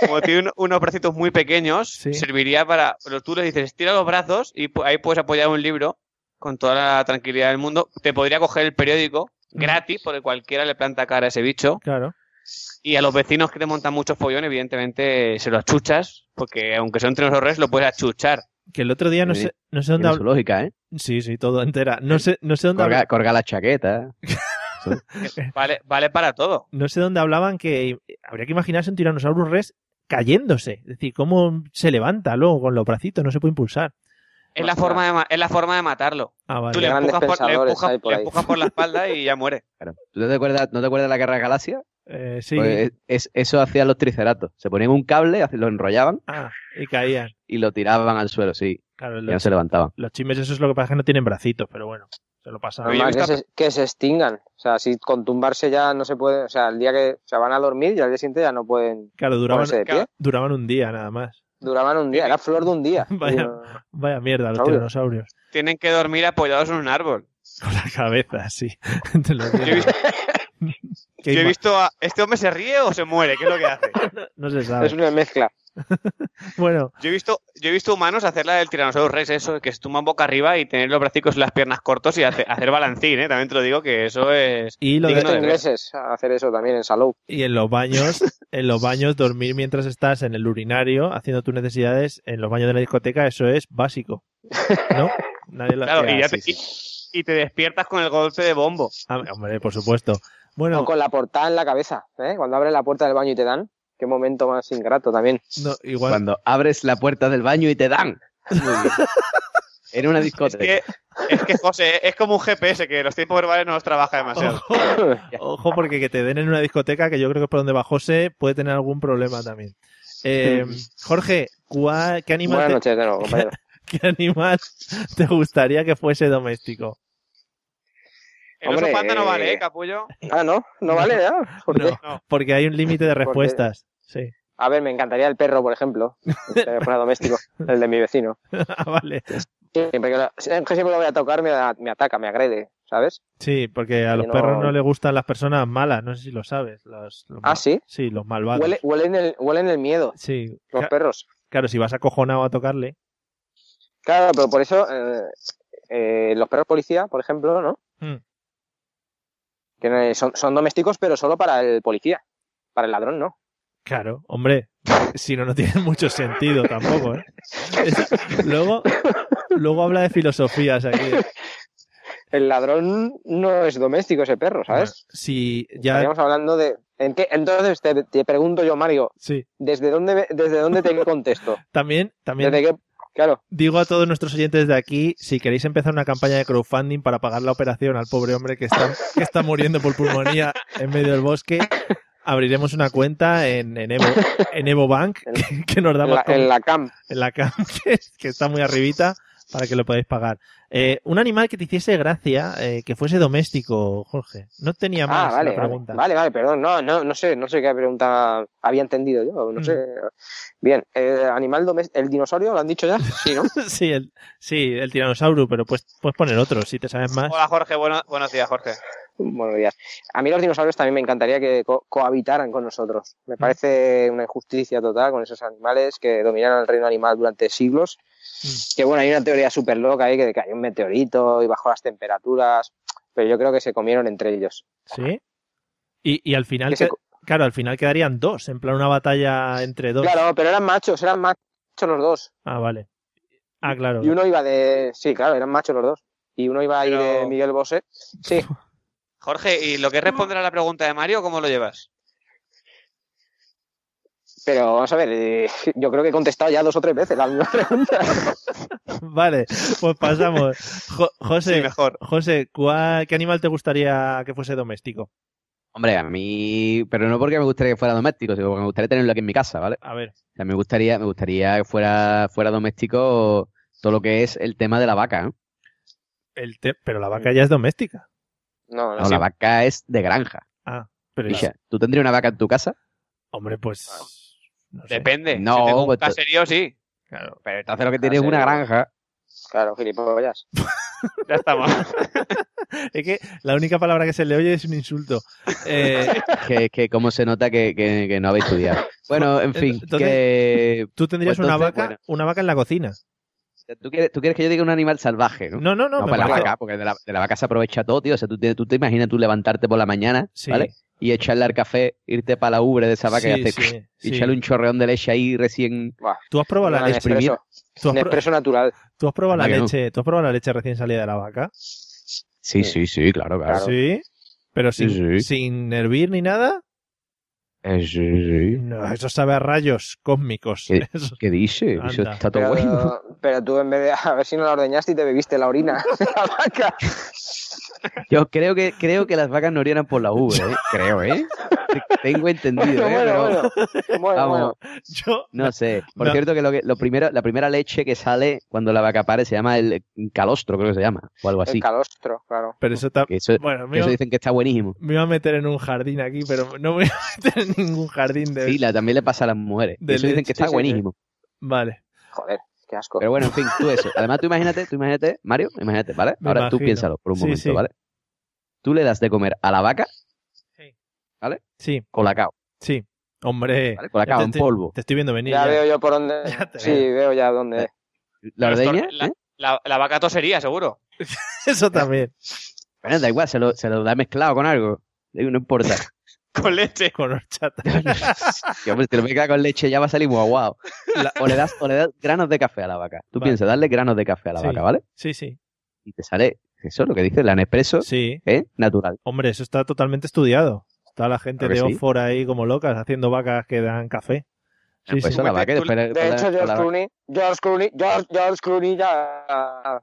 Speaker 4: Como tiene un- unos bracitos muy pequeños,
Speaker 2: Sí.
Speaker 4: serviría para. pero Tú le dices, estira los brazos y pu- ahí puedes apoyar un libro con toda la tranquilidad del mundo. Te podría coger el periódico gratis, porque cualquiera le planta cara a ese bicho.
Speaker 2: Claro.
Speaker 4: Y a los vecinos que te montan muchos follones, evidentemente se los achuchas, porque aunque son res lo puedes achuchar.
Speaker 2: Que el otro día no
Speaker 6: Sí.
Speaker 2: sé, no sé dónde
Speaker 6: Tiene su
Speaker 2: habló.
Speaker 6: lógica, ¿eh?
Speaker 2: Sí, sí, todo entera. No sé, no sé dónde habl-
Speaker 6: Corga, corga la chaqueta.
Speaker 4: Vale, vale para todo.
Speaker 2: no sé dónde hablaban que habría que imaginarse un Tyrannosaurus Rex cayéndose. Es decir, cómo se levanta luego con los bracitos, no se puede impulsar.
Speaker 4: Es la
Speaker 3: Ostras.
Speaker 4: forma de, ma- es la forma de matarlo.
Speaker 2: Ah, vale.
Speaker 4: Tú le
Speaker 3: Grandes
Speaker 4: empujas, por, le,
Speaker 3: pensadores
Speaker 4: empujas-
Speaker 3: hay por
Speaker 4: le
Speaker 3: ahí.
Speaker 4: empujas por la espalda y ya muere.
Speaker 6: Claro. ¿Tú no te acuerdas, no te acuerdas de la Guerra de Galaxia?
Speaker 2: Eh, sí.
Speaker 6: Pues es- eso hacían los triceratos. Se ponían un cable, lo enrollaban
Speaker 2: Ah, y caían.
Speaker 6: y lo tiraban al suelo, sí.
Speaker 2: Claro,
Speaker 6: Y no
Speaker 2: los,
Speaker 6: se levantaban.
Speaker 2: los chimes, eso es lo que pasa que no tienen bracitos, pero bueno, se lo pasan.
Speaker 4: Oye,
Speaker 3: Normal
Speaker 4: yo
Speaker 3: que,
Speaker 4: estaba-
Speaker 3: se, que se extingan. O sea, si con tumbarse ya no se puede. O sea, el día que se van a dormir y al día siguiente ya no pueden
Speaker 2: Claro, duraban,
Speaker 3: ponerse de pie.
Speaker 4: claro.
Speaker 2: duraban un día nada más.
Speaker 3: Duraban un día, era flor de un día.
Speaker 2: Vaya.
Speaker 3: Digo,
Speaker 2: Vaya mierda, los
Speaker 3: Claro.
Speaker 2: tiranosaurios.
Speaker 4: Tienen que dormir apoyados en un árbol.
Speaker 2: Con la cabeza, sí. entre los
Speaker 4: Yo he visto,
Speaker 2: dientes. Qué
Speaker 4: yo he
Speaker 2: ima-
Speaker 4: visto a- ¿Este hombre se ríe o se muere? ¿Qué es lo que hace?
Speaker 2: No se sabe.
Speaker 3: Es una mezcla.
Speaker 2: Bueno,
Speaker 4: Yo he visto, yo he visto humanos hacer la del Tyrannosaurus Rex, eso, que se tumban boca arriba y tener los bracicos y las piernas cortos y hace- hacer balancín, ¿eh? También te lo digo que eso es...
Speaker 2: y lo
Speaker 3: He
Speaker 2: de-
Speaker 4: Digno
Speaker 3: visto
Speaker 4: de ver.
Speaker 3: ingleses hacer eso también en Salou.
Speaker 2: Y en los baños, en los baños, dormir mientras estás en el urinario haciendo tus necesidades en los baños de la discoteca, eso es básico. ¿No? Nadie lo
Speaker 4: Claro,
Speaker 2: hacía
Speaker 4: y, ya
Speaker 2: así,
Speaker 4: te,
Speaker 2: sí.
Speaker 4: y- y te despiertas con el golpe de bombo.
Speaker 2: Ah, hombre, por supuesto.
Speaker 3: O
Speaker 2: Bueno,
Speaker 3: con la portada en la cabeza, ¿eh? Cuando abres la puerta del baño y te dan. Qué momento más ingrato también.
Speaker 2: no, igual.
Speaker 6: Cuando abres la puerta del baño y te dan. Muy bien. En una
Speaker 4: Es
Speaker 6: discoteca.
Speaker 4: que, es que, José, es como un GPS, que los tiempos verbales no los trabaja demasiado.
Speaker 2: Ojo, ojo, porque que te den en una discoteca, que yo creo que es por donde va José, puede tener algún problema también. Eh, Jorge, ¿cuál- qué,
Speaker 3: Buenas
Speaker 2: animal te,
Speaker 3: noches de nuevo, compañero.
Speaker 2: qué animal te gustaría que fuese doméstico?
Speaker 4: El oso
Speaker 3: Hombre,
Speaker 4: panda no vale,
Speaker 3: eh,
Speaker 4: ¿eh, capullo?
Speaker 3: Ah, no, no vale, ya. ¿Por qué?
Speaker 2: No, porque hay un límite de
Speaker 3: Porque-
Speaker 2: respuestas. Sí.
Speaker 3: A ver, me encantaría el perro, por ejemplo. El teléfono doméstico, el de mi vecino.
Speaker 2: Ah, vale.
Speaker 3: Siempre que, lo, siempre que lo voy a tocar, me, me ataca, me agrede, ¿sabes?
Speaker 2: Sí, porque a
Speaker 3: Que
Speaker 2: los
Speaker 3: no-
Speaker 2: perros no les gustan las personas malas, no sé si lo sabes. Los, los
Speaker 3: Ah,
Speaker 2: ma-
Speaker 3: sí.
Speaker 2: Sí, los malvados.
Speaker 3: Huele, huelen, el, huelen el miedo,
Speaker 2: Sí,
Speaker 3: los
Speaker 2: ca-
Speaker 3: perros.
Speaker 2: claro, si vas acojonado a tocarle.
Speaker 3: Claro, pero por eso eh, eh, los perros policía, por ejemplo, ¿no?
Speaker 2: Mm.
Speaker 3: Que no- eh, son, son domésticos, pero solo para el policía. Para el ladrón, no.
Speaker 2: Claro, hombre, si no, no tiene mucho sentido tampoco, ¿eh? Es- luego, luego habla de filosofías aquí.
Speaker 3: El ladrón no es doméstico ese perro, ¿sabes?
Speaker 2: Si ya...
Speaker 3: Estaríamos hablando de... ¿en qué? Entonces te, te pregunto yo, Mario,
Speaker 2: Sí,
Speaker 3: ¿desde dónde, ve- desde dónde te contesto?
Speaker 2: también, también
Speaker 3: ¿Desde qué? Claro,
Speaker 2: digo a todos nuestros oyentes de aquí, si queréis empezar una campaña de crowdfunding para pagar la operación al pobre hombre que está, que está muriendo por pulmonía en medio del bosque, abriremos una cuenta en, en Evo, en Evo Bank, que, que nos da
Speaker 3: en
Speaker 2: más
Speaker 3: la, en la cam.
Speaker 2: en la cam, que, que está muy arribita, para que lo podáis pagar. Eh, un animal que te hiciese gracia, eh, que fuese doméstico, Jorge. No tenía
Speaker 3: Ah,
Speaker 2: más
Speaker 3: vale,
Speaker 2: la
Speaker 3: vale,
Speaker 2: pregunta.
Speaker 3: vale, vale, perdón, no, no, no sé, no sé qué pregunta había entendido yo, no
Speaker 2: Mm.
Speaker 3: sé. Bien, eh, animal doméstico, el dinosaurio, ¿lo han dicho ya? Sí, ¿no?
Speaker 2: Sí, el, sí, el tiranosaurio, pero pues, puedes poner otro, si te sabes más.
Speaker 4: Hola, Jorge, bueno- buenos días, Jorge.
Speaker 3: Buenos días. A mí los dinosaurios también me encantaría que co- cohabitaran con nosotros.
Speaker 2: Mm.
Speaker 3: Me parece una injusticia total con esos animales que dominaron el reino animal durante siglos.
Speaker 2: Mm.
Speaker 3: Que bueno, hay una teoría súper loca ahí que de que hay un meteorito y bajó las temperaturas, pero yo creo que se comieron entre ellos.
Speaker 2: ¿Sí? Y, y al final
Speaker 3: Que se
Speaker 2: que-
Speaker 3: co-
Speaker 2: Claro, al final quedarían dos, en plan una batalla entre dos.
Speaker 3: Claro, pero eran machos, eran machos los dos.
Speaker 2: Ah, vale. Ah, claro.
Speaker 3: Y uno iba de. Sí, claro, eran machos los dos. Y uno iba ahí
Speaker 4: Pero-
Speaker 3: de Miguel Bosé. Sí,
Speaker 4: Jorge, ¿y lo que es responder a la pregunta de Mario, cómo lo llevas?
Speaker 3: pero vamos a ver, eh, yo creo que he contestado ya dos o tres veces la misma pregunta.
Speaker 2: Vale, pues pasamos. Jo-
Speaker 4: Sí,
Speaker 2: José,
Speaker 4: mejor.
Speaker 2: José, ¿cuál- ¿qué animal te gustaría que fuese doméstico?
Speaker 6: Hombre, a mí, pero no porque me gustaría que fuera doméstico, sino porque me gustaría tenerlo aquí en mi casa, ¿vale?
Speaker 2: A ver.
Speaker 6: O sea, me gustaría, me gustaría que fuera, fuera doméstico todo lo que es el tema de la vaca, ¿no?
Speaker 2: El te- pero la vaca ya es doméstica.
Speaker 3: No, no,
Speaker 6: No,
Speaker 3: sí.
Speaker 6: la vaca es de granja.
Speaker 2: Pero
Speaker 6: Misha, ¿tú tendrías una vaca en tu casa?
Speaker 2: Hombre, pues.
Speaker 6: Ah.
Speaker 2: No sé.
Speaker 4: Depende.
Speaker 6: No,
Speaker 4: si tengo un
Speaker 6: pues te-
Speaker 4: caserío, sí.
Speaker 2: Claro.
Speaker 6: Pero entonces lo que
Speaker 3: Ah,
Speaker 6: tienes es
Speaker 3: sí,
Speaker 6: una
Speaker 3: no.
Speaker 6: granja.
Speaker 3: Claro, gilipollas.
Speaker 4: Ya estamos.
Speaker 2: Es que la única palabra que se le oye es un insulto. Eh,
Speaker 6: Que, que cómo se nota que, que- que no habéis estudiado. Bueno, en fin,
Speaker 2: Entonces-
Speaker 6: que...
Speaker 2: tú tendrías
Speaker 6: Pues
Speaker 2: una
Speaker 6: entonces,
Speaker 2: vaca,
Speaker 6: bueno.
Speaker 2: una vaca en la cocina.
Speaker 6: ¿Tú quieres, tú quieres que yo diga un animal salvaje, ¿no?
Speaker 2: No, no, no.
Speaker 6: No,
Speaker 2: me
Speaker 6: para la
Speaker 2: parece-
Speaker 6: vaca, porque de la, de la vaca se aprovecha todo, tío. O sea, tú, te- tú te imaginas tú levantarte por la mañana,
Speaker 2: Sí,
Speaker 6: ¿vale? Y echarle al café, irte para la ubre de esa vaca
Speaker 2: sí,
Speaker 6: y, hacer-
Speaker 2: sí,
Speaker 6: y
Speaker 2: sí.
Speaker 6: echarle un chorreón de leche ahí recién...
Speaker 2: ¿Tú has probado la
Speaker 3: Una
Speaker 2: leche?
Speaker 6: exprimir.
Speaker 3: Nespresso,
Speaker 2: ¿Tú has, pro-
Speaker 3: Nespresso natural.
Speaker 2: tú has probado la
Speaker 6: Anda que no.
Speaker 2: leche? ¿Tú has probado la leche recién salida de la vaca?
Speaker 6: Sí, sí, sí, claro,
Speaker 3: Claro.
Speaker 6: claro.
Speaker 2: Sí. Pero sin,
Speaker 6: Sí, sí.
Speaker 2: sin hervir ni nada.
Speaker 6: Eh, sí, sí.
Speaker 2: No, eso sabe a rayos cósmicos.
Speaker 6: ¿Qué?
Speaker 2: Eso-
Speaker 6: ¿Qué dices?
Speaker 2: Anda.
Speaker 6: Eso está
Speaker 3: Pero,
Speaker 6: todo bueno.
Speaker 3: pero tú en vez de a ver si no la ordeñaste y te bebiste la orina de la vaca.
Speaker 6: Yo creo que, creo que las vacas no orinaban por la ubre, ¿eh? Creo, ¿eh? Te- Tengo entendido,
Speaker 3: Bueno,
Speaker 6: ¿eh? Pero-
Speaker 3: bueno, bueno. Bueno,
Speaker 6: Vamos.
Speaker 3: bueno.
Speaker 2: Yo,
Speaker 6: No sé. Por
Speaker 2: No.
Speaker 6: cierto, que, lo que lo primero, la primera leche que sale cuando la vaca pare se llama el calostro, creo que se llama, o algo así.
Speaker 3: El calostro, claro.
Speaker 2: pero eso está.
Speaker 6: Que eso,
Speaker 2: Bueno,
Speaker 6: que
Speaker 2: me
Speaker 6: eso
Speaker 2: iba,
Speaker 6: dicen que está buenísimo.
Speaker 2: me iba a meter en un jardín aquí, pero no me voy a meter en ningún jardín de.
Speaker 6: Sí, la- también le pasa a las mujeres.
Speaker 2: De
Speaker 6: eso dicen
Speaker 2: leche,
Speaker 6: que está
Speaker 2: sí, sí,
Speaker 6: buenísimo.
Speaker 2: Vale.
Speaker 3: Joder, qué asco.
Speaker 6: Pero bueno, en fin, tú eso. Además, tú imagínate, tú imagínate, Mario, imagínate, ¿vale?
Speaker 2: Me
Speaker 6: Ahora tú
Speaker 2: imagino.
Speaker 6: piénsalo por un
Speaker 2: Sí,
Speaker 6: momento,
Speaker 2: sí.
Speaker 6: ¿vale? Tú le das de comer a la vaca
Speaker 2: Sí,
Speaker 6: colacao,
Speaker 2: sí. Hombre,
Speaker 6: ¿vale? Colacao
Speaker 2: Ya
Speaker 6: en
Speaker 2: te-
Speaker 6: polvo.
Speaker 2: te estoy viendo venir. ¿eh?
Speaker 3: ya,
Speaker 2: ya.
Speaker 3: veo yo por dónde.
Speaker 2: Ya te
Speaker 3: Sí,
Speaker 2: veo.
Speaker 3: veo ya dónde. es.
Speaker 6: La
Speaker 4: Pero esto-
Speaker 6: ordeña,
Speaker 4: la-
Speaker 6: ¿eh?
Speaker 4: La, la vaca tosería, seguro.
Speaker 2: Eso también.
Speaker 6: Bueno, da igual, se lo, se lo da mezclado con algo. Digo, No importa.
Speaker 4: Con leche.
Speaker 2: Con horchata.
Speaker 6: Que, hombre, si lo mezclas con leche ya va a salir muy guau. O, le das, o le das granos de café a la vaca. Tú
Speaker 2: Vale.
Speaker 6: piensas, darle granos de café a la
Speaker 2: Sí.
Speaker 6: vaca, ¿vale?
Speaker 2: Sí, sí.
Speaker 6: Y te sale, eso es lo que dice la Nespresso,
Speaker 2: Sí.
Speaker 6: ¿eh? Natural.
Speaker 2: Hombre, eso está totalmente estudiado. Está la gente
Speaker 6: ¿A que
Speaker 2: de
Speaker 6: sí?
Speaker 2: Oxford ahí como locas haciendo vacas que dan café. Sí,
Speaker 6: pues
Speaker 2: sí.
Speaker 6: eso a la vaca y después le-
Speaker 3: De
Speaker 6: con la-
Speaker 3: hecho,
Speaker 6: con
Speaker 3: George
Speaker 6: la-
Speaker 3: Clooney, George Clooney, George, George Clooney ya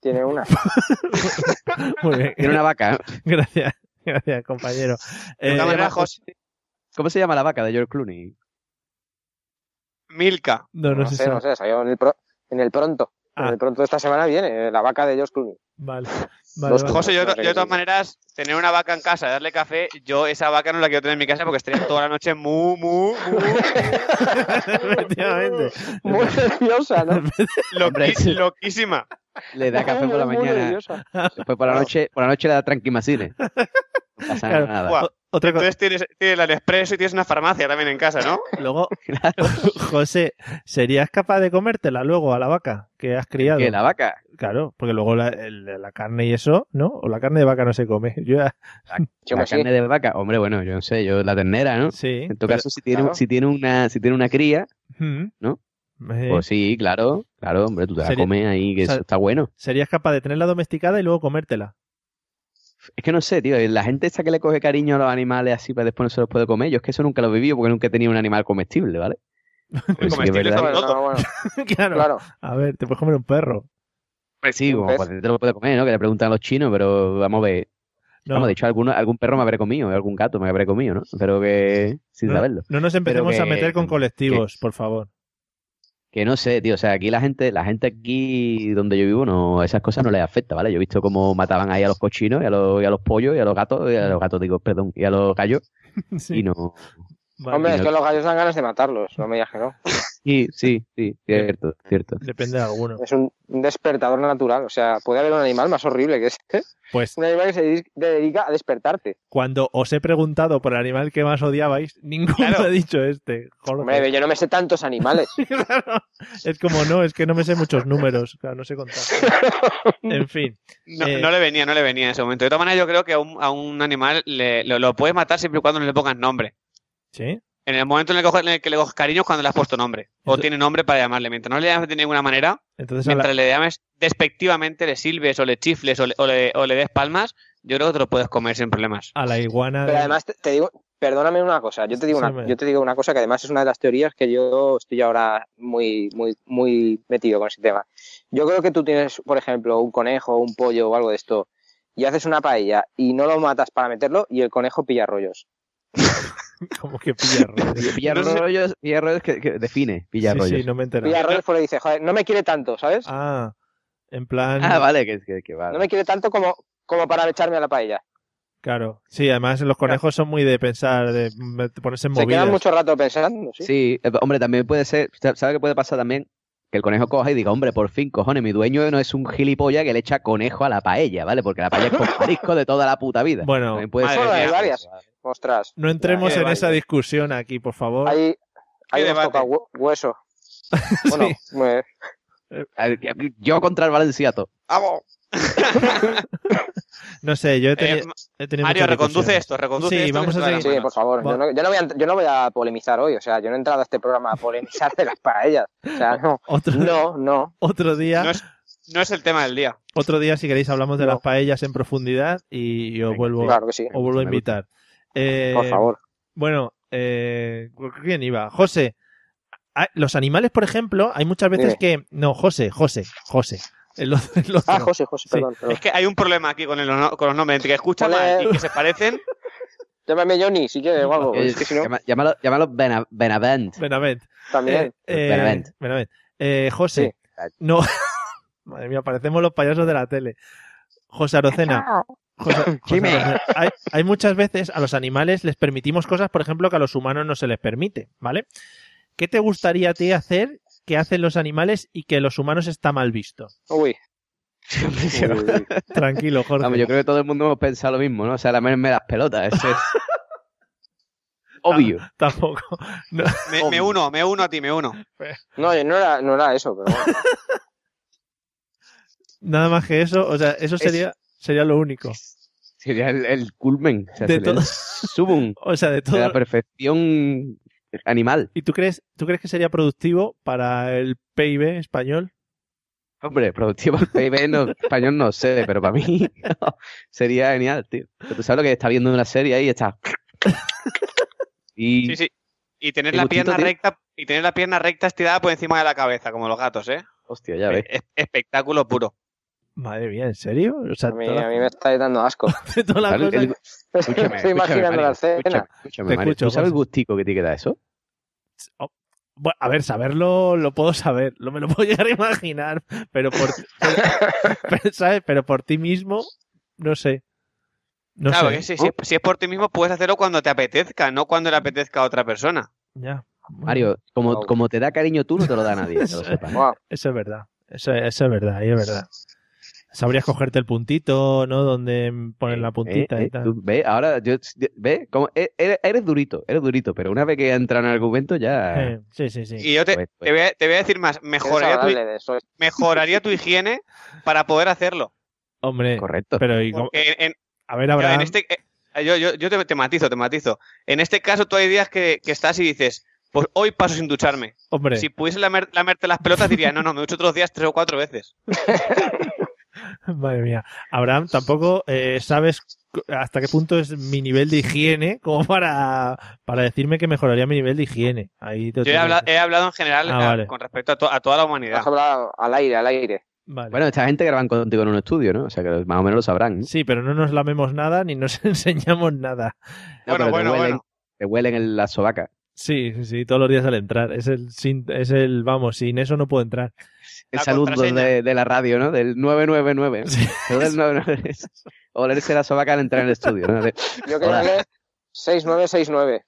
Speaker 3: tiene una.
Speaker 2: Muy bien.
Speaker 6: Tiene una vaca. ¿eh?
Speaker 2: Gracias, gracias, compañero.
Speaker 4: De
Speaker 2: Eh,
Speaker 4: todas maneras, José,
Speaker 6: ¿Cómo se llama la vaca de George Clooney?
Speaker 4: Milka.
Speaker 2: no, no,
Speaker 3: No
Speaker 2: se
Speaker 3: sé,
Speaker 2: sabe.
Speaker 3: no sé, salió en el, pro- en el pronto.
Speaker 2: Ah.
Speaker 3: En el pronto de esta semana viene eh, la vaca de George Clooney.
Speaker 2: Vale, vale,
Speaker 3: Los
Speaker 2: vale.
Speaker 4: José, yo,
Speaker 3: No
Speaker 4: yo
Speaker 3: sé
Speaker 4: de
Speaker 3: qué
Speaker 4: todas
Speaker 3: decir.
Speaker 4: maneras, tener una vaca en casa, darle café, yo esa vaca no la quiero tener en mi casa porque estaría toda la noche mu, mu, mu.
Speaker 2: Efectivamente.
Speaker 3: Muy nerviosa, ¿no?
Speaker 6: Hombre, sí.
Speaker 4: Loqui- loquísima.
Speaker 6: Le da café por la
Speaker 3: Muy
Speaker 6: mañana.
Speaker 3: nerviosa.
Speaker 6: Después Pues por la noche, por la noche le da tranquimacines. No pasa
Speaker 2: Claro.
Speaker 6: nada.
Speaker 4: Buah,
Speaker 2: O- Otra cosa.
Speaker 4: Entonces tienes, tienes la Nespresso y tienes una farmacia también en casa, ¿no?
Speaker 2: Luego, José, ¿serías capaz de comértela luego a la vaca que has criado?
Speaker 6: Que la vaca.
Speaker 2: Claro, porque luego la, el- la carne y eso, ¿no? O la carne de vaca no se come. Yo ya-
Speaker 3: Yo
Speaker 6: la
Speaker 3: me sí.
Speaker 6: carne de vaca. Hombre, bueno, yo no sé, yo la ternera, ¿no?
Speaker 2: Sí.
Speaker 6: En todo
Speaker 2: pero-
Speaker 6: caso, si tiene,
Speaker 3: claro.
Speaker 6: si tiene una, si tiene una cría,
Speaker 2: Mm.
Speaker 6: ¿no?
Speaker 2: Eh,
Speaker 6: pues sí, claro, claro, hombre, tú te la
Speaker 2: Sería-
Speaker 6: comes ahí, que
Speaker 2: o sea,
Speaker 6: eso está bueno.
Speaker 2: ¿Serías capaz de tenerla domesticada y luego comértela?
Speaker 6: Es que no sé, tío, la gente esa que le coge cariño a los animales así para después no se los puede comer, yo es que eso nunca lo he vivido porque nunca he tenido un animal comestible, ¿vale? Pero sí que es
Speaker 4: Comestible
Speaker 6: verdad
Speaker 4: sobre
Speaker 6: que-
Speaker 3: Bueno,
Speaker 4: todo.
Speaker 3: no, bueno,
Speaker 2: claro.
Speaker 3: claro.
Speaker 2: A ver, te puedes comer un perro.
Speaker 6: Hombre, sí,
Speaker 3: Un
Speaker 6: como
Speaker 3: pez.
Speaker 6: cuando te lo puede comer, ¿no? Que le preguntan a los chinos, pero vamos a ver.
Speaker 2: No,
Speaker 6: Vamos, de hecho, alguno- algún perro me habré comido, algún gato me habré comido, ¿no? Pero que, sin
Speaker 2: no,
Speaker 6: saberlo.
Speaker 2: no nos empecemos
Speaker 6: Pero
Speaker 2: a
Speaker 6: que-
Speaker 2: meter con colectivos, por favor.
Speaker 6: Que no sé, tío, o sea, aquí la gente, la gente aquí donde yo vivo, no, esas cosas no les afecta, ¿vale? Yo he visto cómo mataban ahí a los cochinos y a los, y a los pollos y a los gatos, y a los gatos, digo, perdón, y a los gallos,
Speaker 2: Sí.
Speaker 6: y no,
Speaker 2: Vale.
Speaker 3: Hombre, es
Speaker 6: no-
Speaker 3: que los gallos dan ganas de matarlos, no me digas que no.
Speaker 6: Sí, sí, sí, cierto, cierto.
Speaker 2: Depende de alguno.
Speaker 3: Es un un despertador natural. O sea, puede haber un animal más horrible que este.
Speaker 2: Pues
Speaker 3: Un animal que se dedica- te dedica a despertarte.
Speaker 2: cuando os he preguntado por el animal que más odiabais, ninguno
Speaker 4: Claro.
Speaker 2: ha dicho este. Jorge.
Speaker 3: Hombre, yo no me sé tantos animales.
Speaker 2: Claro. Es como, no, es que no me sé muchos números. Claro, no sé contar. En fin.
Speaker 4: No,
Speaker 2: Eh.
Speaker 4: no le venía, no le venía en ese momento. De todas maneras, yo creo que a un, a un animal le- lo, lo puedes matar siempre y cuando no le pongas nombre.
Speaker 2: ¿Sí?
Speaker 4: En el momento en el que, coges- en el que le coges cariño es cuando le has puesto nombre. O
Speaker 2: Entonces-
Speaker 4: tiene nombre para llamarle. Mientras no le llames de ninguna manera,
Speaker 2: Entonces a la-
Speaker 4: mientras le llames despectivamente, le silbes o le chifles o le, o le- o le des palmas, yo creo que te lo puedes comer sin problemas.
Speaker 2: a la iguana.
Speaker 3: Pero
Speaker 2: de-
Speaker 3: además te, te digo, perdóname una cosa, yo te digo
Speaker 2: Sí,
Speaker 3: una,
Speaker 2: hombre.
Speaker 3: yo te digo una cosa que además es una de las teorías que yo estoy ahora muy, muy, muy metido con ese tema. Yo creo que tú tienes, por ejemplo, un conejo, un pollo o algo de esto, y haces una paella y no lo matas para meterlo y el conejo pilla rollos.
Speaker 2: Como que pilla rollo.
Speaker 6: Y Pillar
Speaker 4: No sé.
Speaker 6: rollos, pillar rollos que, que define, pillar
Speaker 2: Sí,
Speaker 6: rollos.
Speaker 2: sí, no me he enterado.
Speaker 3: Pilla rollos porque dice, joder, no me quiere tanto, ¿sabes?
Speaker 2: Ah, en plan.
Speaker 6: Ah, vale, que, que, que
Speaker 3: No
Speaker 6: vale.
Speaker 3: me quiere tanto como, como para echarme a la paella.
Speaker 2: Claro. Sí, además los conejos son muy de pensar, de me- ponerse en
Speaker 3: Se quedan
Speaker 2: movidas.
Speaker 3: mucho rato pensando, ¿sí?
Speaker 6: Sí, eh, hombre, también puede ser, sa- ¿sabes qué puede pasar también? Que el conejo coja y diga, hombre, por fin, cojones, mi dueño no es un gilipollas que le echa conejo a la paella, ¿vale? Porque la paella es con marisco de toda la puta vida.
Speaker 2: Bueno,
Speaker 6: También puede
Speaker 4: madre
Speaker 6: ser
Speaker 4: mía.
Speaker 6: eso,
Speaker 3: Varias.
Speaker 6: ¿vale?
Speaker 3: Ostras.
Speaker 2: No entremos
Speaker 4: Qué
Speaker 2: en esa
Speaker 4: debate.
Speaker 2: discusión aquí, por favor.
Speaker 3: Ahí, ahí
Speaker 4: Qué
Speaker 3: nos
Speaker 4: debate.
Speaker 3: toca hue- hueso. Bueno, me-
Speaker 6: A ver, que- Yo contra el Valenciato.
Speaker 4: ¡Vamos!
Speaker 2: No sé, yo he teni-
Speaker 4: Eh,
Speaker 2: he tenido.
Speaker 4: Mario,
Speaker 2: muchas
Speaker 4: reconduce
Speaker 2: discusiones.
Speaker 4: esto, reconduce
Speaker 2: Sí,
Speaker 4: esto. que
Speaker 2: vamos
Speaker 4: se
Speaker 2: a
Speaker 4: te va
Speaker 2: seguir.
Speaker 4: la
Speaker 3: Sí,
Speaker 4: mano.
Speaker 3: por favor.
Speaker 2: Va-
Speaker 3: Yo no, yo no voy a, yo no voy a polemizar hoy. O sea, yo no he entrado a este programa a polemizar de las paellas. O sea, no.
Speaker 2: Otro,
Speaker 3: No, no.
Speaker 2: otro día,
Speaker 4: No es, no es el tema del día.
Speaker 2: otro día, si queréis, hablamos de
Speaker 3: No.
Speaker 2: las paellas en profundidad y yo
Speaker 6: Venga,
Speaker 2: vuelvo,
Speaker 3: Claro que sí.
Speaker 2: os vuelvo a
Speaker 6: Me gusta.
Speaker 2: invitar. Eh,
Speaker 3: Por favor.
Speaker 2: Bueno, eh, ¿quién iba? José. Ah, Los animales, por ejemplo, hay muchas veces que. No, José, José, José. El otro- el otro.
Speaker 3: Ah, José, José,
Speaker 2: Sí. Eh,
Speaker 3: perdón. perdón.
Speaker 4: Es que hay un problema aquí con, el, con los nombres, entre que escuchan
Speaker 3: Ole.
Speaker 4: mal y que se parecen.
Speaker 3: Llámame Johnny si quieres o algo.
Speaker 6: Eh,
Speaker 3: Es que si no,
Speaker 6: llama- Llámalo, llámalo Bena- Benavent.
Speaker 2: Benavent.
Speaker 3: también.
Speaker 2: Eh, eh,
Speaker 6: Benavent.
Speaker 2: Benavent. Eh, José. No. Madre mía, parecemos los payasos de la tele. José Arocena. José- José
Speaker 6: Jimmy.
Speaker 2: Arocena. Hay, hay muchas veces a los animales les permitimos cosas, por ejemplo, que a los humanos no se les permite, ¿vale? ¿Qué te gustaría a ti hacer que hacen los animales y que los humanos está mal visto?
Speaker 3: Uy. Uy, uy, uy.
Speaker 2: Tranquilo, Jorge.
Speaker 6: Vamos, yo creo que todo el mundo hemos pensado lo mismo, ¿no? O sea, la merme las pelotas, eso es. Obvio.
Speaker 2: Ah, Tampoco.
Speaker 4: Me, me uno, me uno a ti, me uno.
Speaker 3: No, yo no era, no era eso, pero bueno.
Speaker 2: Nada más que eso, o sea, eso sería, sería lo único.
Speaker 6: Sería el, el culmen. O sea,
Speaker 2: De
Speaker 6: sería
Speaker 2: todo.
Speaker 6: el sumum
Speaker 2: O sea, de
Speaker 6: de
Speaker 2: todo.
Speaker 6: la perfección animal.
Speaker 2: ¿Y tú crees, tú crees que sería productivo para el PIB español?
Speaker 6: Hombre, productivo el PIB no, español no sé, pero para mí no, sería genial, tío. Pero Tú sabes lo que está viendo una serie ahí y está. Y
Speaker 4: Sí, sí. Y tener
Speaker 6: Qué
Speaker 4: la
Speaker 6: gustito
Speaker 4: pierna
Speaker 6: tiene.
Speaker 4: recta, y tener la pierna recta estirada por encima de la cabeza, como los gatos, ¿eh?
Speaker 6: hostia, ya ves.
Speaker 4: Es- espectáculo puro.
Speaker 2: Madre mía, ¿en serio? O sea,
Speaker 3: a mí,
Speaker 2: toda-
Speaker 3: a mí me estáis dando asco.
Speaker 2: toda la
Speaker 6: ¿Sabes
Speaker 2: cosa-
Speaker 6: el- escúchame,
Speaker 3: Estoy
Speaker 6: escúchame,
Speaker 3: imaginando
Speaker 6: Mario,
Speaker 3: la escena.
Speaker 6: Escúchame, escúchame,
Speaker 2: Te
Speaker 6: Mario,
Speaker 2: escucho,
Speaker 6: ¿Tú sabes el
Speaker 2: José.
Speaker 6: gustico que tiene que dar eso?
Speaker 2: Bueno, a ver, saberlo lo puedo saber, lo me lo puedo llegar a imaginar, pero por, pero, ¿sabes? Pero por ti mismo, no sé. No
Speaker 4: claro,
Speaker 2: sé.
Speaker 4: que si, si es- si es por ti mismo, puedes hacerlo cuando te apetezca, no cuando le apetezca a otra persona.
Speaker 2: Oh, Ya. Bueno,
Speaker 6: Mario, como,
Speaker 3: Wow.
Speaker 6: como te da cariño tú, no te lo da nadie, que lo sepas.
Speaker 3: Buah,
Speaker 2: Eso es verdad. Eso, eso es verdad, ahí es verdad. Sabrías cogerte el puntito, ¿no? Donde ponen la puntita
Speaker 6: Eh,
Speaker 2: y
Speaker 6: eh,
Speaker 2: tal.
Speaker 6: tú ve, ahora, yo, ve, como, eh, eres, eres durito, eres durito, pero una vez que entra en el argumento ya...
Speaker 2: Eh, sí, sí, sí.
Speaker 4: Y yo te,
Speaker 6: pues, pues,
Speaker 4: te voy, a, te voy a decir más,
Speaker 3: qué
Speaker 4: mejoraría tu,
Speaker 3: desagradable de eso.
Speaker 4: mejoraría tu higiene para poder hacerlo.
Speaker 2: Hombre,
Speaker 6: correcto.
Speaker 2: eh, pero y cómo-
Speaker 4: Porque en- en,
Speaker 2: a ver,
Speaker 4: Claro,
Speaker 2: habrá.
Speaker 4: en este, eh, yo yo, yo te, te matizo, te matizo. En este caso, tú hay días que, que estás y dices, pues hoy paso sin ducharme.
Speaker 2: Hombre,
Speaker 4: Si pudiese lamer- lamerte las pelotas, diría, no, no, me ducho otros días tres o cuatro veces.
Speaker 2: madre mía. Abraham, tampoco eh, sabes cu- hasta qué punto es mi nivel de higiene como para, para decirme que mejoraría mi nivel de higiene. Ahí te lo
Speaker 4: Yo he,
Speaker 2: tengo que
Speaker 4: habla-
Speaker 2: decir.
Speaker 4: he hablado en general
Speaker 2: Ah,
Speaker 4: a-
Speaker 2: vale.
Speaker 4: con respecto a, to- a toda la humanidad.
Speaker 3: Has hablado al aire, al aire.
Speaker 4: eh,
Speaker 2: Vale.
Speaker 6: Bueno, esta gente graban contigo en un estudio, ¿no? O sea, que más o menos lo sabrán. ¿no?
Speaker 2: Sí, pero no nos lamemos nada ni nos enseñamos nada.
Speaker 6: No,
Speaker 4: Bueno,
Speaker 6: pero
Speaker 4: bueno,
Speaker 6: te huelen,
Speaker 4: bueno.
Speaker 6: Te huelen en la sobaca.
Speaker 2: Sí, sí, sí, todos los días al entrar. Es el, sin- es el vamos, sin eso no puedo entrar.
Speaker 6: El
Speaker 4: La
Speaker 6: saludo
Speaker 4: contraseña.
Speaker 6: de, de la radio, ¿no? Del 999. ¿no?
Speaker 2: Sí.
Speaker 6: Saludo del 999. Olerse la sobaca al entrar en el estudio, ¿no? De-
Speaker 3: Yo
Speaker 6: Hola.
Speaker 3: quería leer 6969.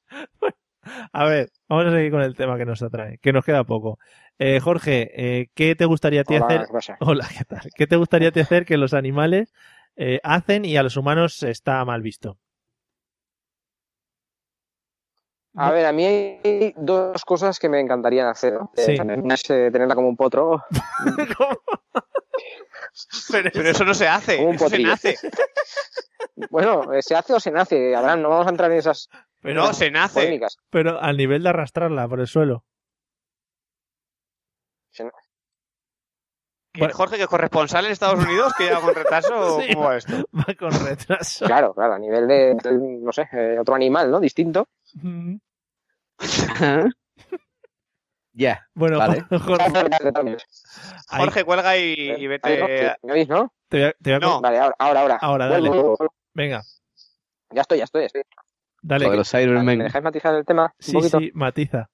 Speaker 2: A ver, vamos a seguir con el tema que nos atrae, que nos queda poco. Eh, Jorge, eh, ¿qué te gustaría a ti
Speaker 3: Hola,
Speaker 2: hacer?
Speaker 3: ¿qué pasa?
Speaker 2: Hola, ¿qué tal? ¿Qué te gustaría a ti hacer que los animales eh, hacen y a los humanos está mal visto?
Speaker 3: A ver, a mí hay dos cosas que me encantarían hacer.
Speaker 2: Sí.
Speaker 3: Eh, Una es eh, tenerla como un potro.
Speaker 4: Pero, eso no se hace.
Speaker 3: Como un
Speaker 4: eso se
Speaker 3: potrillo.
Speaker 4: nace.
Speaker 3: Bueno, eh, se hace o se nace, Abraham, no vamos a entrar en esas
Speaker 2: Pero,
Speaker 4: No, se nace.
Speaker 3: polémicas.
Speaker 2: pero al nivel de arrastrarla por el suelo.
Speaker 4: Que Jorge, que es corresponsal en Estados Unidos, que lleva con retraso,
Speaker 2: Sí.
Speaker 4: ¿cómo va esto?
Speaker 2: Va con retraso.
Speaker 3: Claro, claro, a nivel de, de, no sé, eh, otro animal, ¿no? Distinto.
Speaker 2: Mm.
Speaker 6: Ya.
Speaker 2: Bueno,
Speaker 6: Vale.
Speaker 2: Jorge, ahí
Speaker 4: Jorge, cuelga y,
Speaker 3: Ahí,
Speaker 4: y
Speaker 3: Eh, ¿no?
Speaker 4: vete.
Speaker 3: ¿Me oís, no?
Speaker 2: te voy a- te voy a-
Speaker 4: No.
Speaker 3: Vale, ahora, ahora. Ahora,
Speaker 2: Ahora,
Speaker 3: Vuelvo,
Speaker 2: dale.
Speaker 3: vuelvo, vuelvo.
Speaker 2: Venga,
Speaker 3: Ya estoy, ya estoy. ya estoy.
Speaker 2: dale.
Speaker 6: Lo de
Speaker 2: que-
Speaker 6: los Cybermen.
Speaker 3: ¿Me dejáis matizar el tema un
Speaker 2: Sí,
Speaker 3: poquito?
Speaker 2: sí, matiza.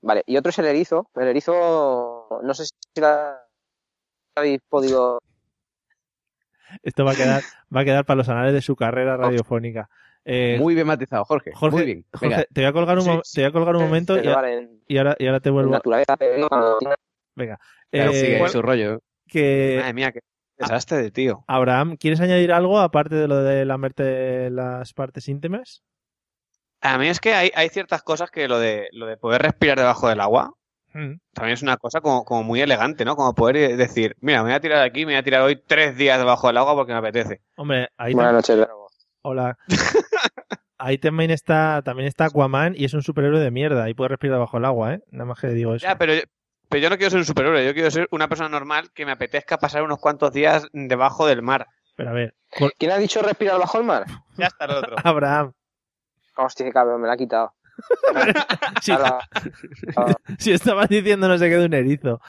Speaker 3: Vale, y otro es el erizo. El erizo, no sé si la habéis podido
Speaker 2: Esto va a quedar, va a quedar para los anales de su carrera radiofónica. Eh,
Speaker 6: Muy bien matizado, Jorge.
Speaker 2: Jorge,
Speaker 6: Muy bien. Venga.
Speaker 2: Jorge, eh, te voy a colgar un,
Speaker 4: Sí,
Speaker 2: mo- te voy a colgar
Speaker 3: Eh,
Speaker 2: un momento y, a-
Speaker 3: observar en,
Speaker 2: y ahora, y ahora te
Speaker 3: en
Speaker 2: vuelvo. a-
Speaker 3: naturaleza. pero cuando-
Speaker 6: Claro,
Speaker 2: Eh,
Speaker 6: sigue
Speaker 2: bueno,
Speaker 6: su rollo.
Speaker 2: que
Speaker 4: Madre mía, qué Ah. desastre de tío.
Speaker 2: Abraham, ¿quieres añadir algo aparte de lo de lamerte las partes íntimas?
Speaker 4: A mí es que hay, hay ciertas cosas que lo de, lo de poder respirar debajo del agua
Speaker 2: Mm.
Speaker 4: también es una cosa como, como muy elegante, ¿no? Como poder eh, decir, mira, me voy a tirar aquí, me voy a tirar hoy tres días debajo del agua porque me apetece.
Speaker 2: Hombre, ahí
Speaker 3: Buenas
Speaker 2: tam-
Speaker 3: noches,
Speaker 2: hola. Ahí también está, también está Aquaman y es un superhéroe de mierda y puede respirar bajo el agua, ¿eh? Nada más que digo eso.
Speaker 4: Ya, pero, pero yo no quiero ser un superhéroe, yo quiero ser una persona normal que me apetezca pasar unos cuantos días debajo del mar.
Speaker 2: Pero a ver,
Speaker 3: ¿Quién ha dicho respirar bajo el mar?
Speaker 4: Ya está el otro.
Speaker 2: Abraham,
Speaker 3: Hostia, qué cabrón, me la ha quitado.
Speaker 2: si,
Speaker 3: Ahora- ahora-
Speaker 2: si estabas diciendo no sé qué de un erizo.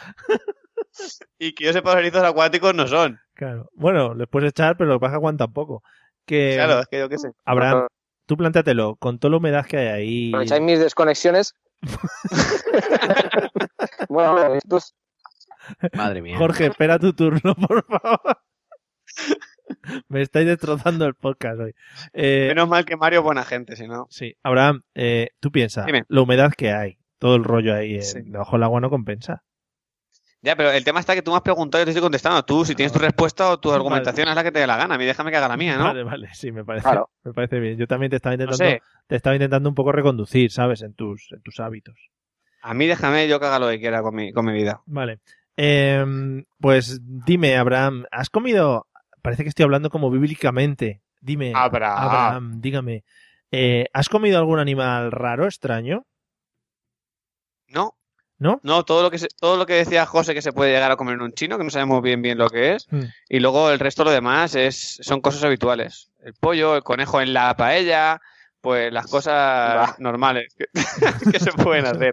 Speaker 4: Y que yo sepa, los erizos acuáticos no son.
Speaker 2: Claro. Bueno, les puedes echar, pero lo que pasa es que aguantan tampoco. Que
Speaker 4: Claro, es que yo qué sé.
Speaker 2: Abraham, tú plántatelo, con toda la humedad que hay ahí.
Speaker 3: Aprovecháis mis desconexiones. bueno, bueno, pues, esto es-
Speaker 6: Madre mía.
Speaker 2: Jorge, espera tu turno, por favor. Me estáis destrozando el podcast hoy. Eh,
Speaker 4: Menos mal que Mario es buena gente, si no.
Speaker 2: Sí, Abraham, eh, tú piensas,
Speaker 4: Dime.
Speaker 2: la humedad que hay, todo el rollo ahí eh,
Speaker 4: Sí.
Speaker 2: debajo del agua no compensa.
Speaker 4: Ya, pero el tema está que tú me has preguntado y yo te estoy contestando. Tú, si tienes tu respuesta o tu
Speaker 2: Vale.
Speaker 4: argumentación, es la que te dé la gana. A mí déjame que haga la mía, ¿no?
Speaker 2: Vale, vale, sí, me parece,
Speaker 3: Claro.
Speaker 2: me parece bien. Yo también te estaba
Speaker 4: no
Speaker 2: intentando,
Speaker 4: sé.
Speaker 2: te estaba intentando un poco reconducir, ¿sabes? En tus, en tus hábitos.
Speaker 4: A mí déjame yo que haga lo que quiera con mi, con mi vida.
Speaker 2: Vale. Em, pues dime, Abraham, ¿has comido? Parece que estoy hablando como bíblicamente. Dime,
Speaker 4: Habrá.
Speaker 2: Abraham, dígame, eh, ¿has comido algún animal raro, extraño?
Speaker 4: No.
Speaker 2: ¿No?
Speaker 4: No, todo lo que se- todo lo que decía José que se puede llegar a comer en un chino, que no sabemos bien bien lo que es,
Speaker 2: Hmm.
Speaker 4: y luego el resto de lo demás es son cosas habituales. El pollo, el conejo en la paella, pues las cosas
Speaker 3: Bah.
Speaker 4: normales que, que se pueden hacer.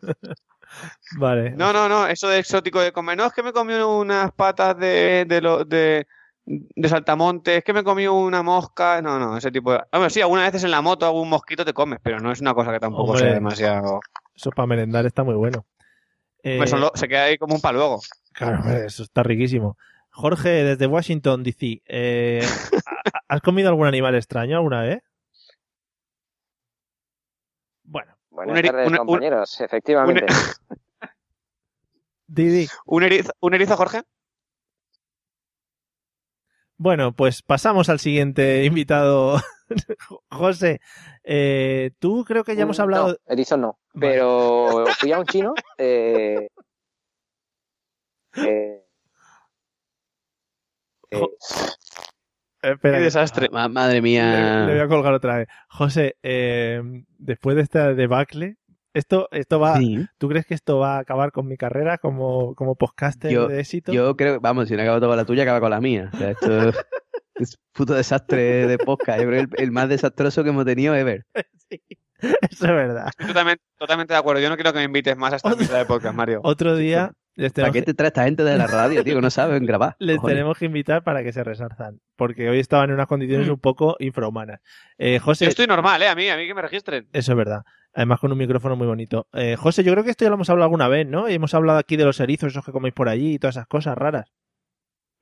Speaker 2: Vale.
Speaker 4: No, no, no, eso de exótico de comer, no, es que me comí unas patas de de lo- de de saltamontes, es que me comí una mosca, no, no, ese tipo de... Hombre, sí, algunas veces en la moto algún mosquito te comes, pero no es una cosa que tampoco
Speaker 2: Hombre.
Speaker 4: sea demasiado...
Speaker 2: Eso para merendar está muy bueno. Eh,
Speaker 4: Hombre, son lo- Se queda ahí como un paluego.
Speaker 2: Claro, hombre, eso está riquísimo. Jorge, desde Washington, D.C., eh, ¿ha- ¿has comido algún animal extraño alguna vez? Bueno,
Speaker 3: Buenas
Speaker 4: Un eri-
Speaker 3: tardes,
Speaker 4: un- un-
Speaker 3: compañeros, efectivamente.
Speaker 2: Didi.
Speaker 4: ¿Un erizo, un erizo, Jorge?
Speaker 2: Bueno, pues pasamos al siguiente invitado. José, eh, tú creo que ya hemos
Speaker 3: Mm,
Speaker 2: hablado...
Speaker 3: No, erizo no.
Speaker 2: Vale.
Speaker 3: Pero fui a un chino. Eh, eh, eh,
Speaker 2: Espera, que-
Speaker 4: desastre.
Speaker 6: Ma- madre
Speaker 2: le,
Speaker 6: mía.
Speaker 2: le voy a colgar otra vez. José, eh, después de esta debacle, esto, esto va,
Speaker 6: Sí.
Speaker 2: ¿tú crees que esto va a acabar con mi carrera como, como podcaster
Speaker 6: Yo-
Speaker 2: de éxito?
Speaker 6: Yo creo, vamos, si no acaba toda la tuya, acaba con la mía. O sea, esto es puto desastre de podcast. Yo creo que el, el más desastroso que hemos tenido ever.
Speaker 2: Sí, eso es verdad.
Speaker 4: Estoy totalmente, totalmente de acuerdo. Yo no quiero que me invites más a esta
Speaker 2: Otra-
Speaker 4: mesa de podcast, Mario.
Speaker 2: Otro día les
Speaker 6: ¿Para
Speaker 2: tenemos,
Speaker 6: qué te trae esta gente de la radio, tío? Que no saben grabar.
Speaker 2: les
Speaker 6: cojones?
Speaker 2: tenemos que invitar para que se resarzan, porque hoy estaban en unas condiciones
Speaker 6: Mm.
Speaker 2: un poco infrahumanas. Eh, José,
Speaker 4: Yo estoy normal, ¿eh? A mí, a mí que me registren.
Speaker 2: eso es verdad. Además con un micrófono muy bonito. Eh, José, yo creo que esto ya lo hemos hablado alguna vez, ¿no? Y hemos hablado aquí de los erizos, esos que coméis por allí y todas esas cosas raras.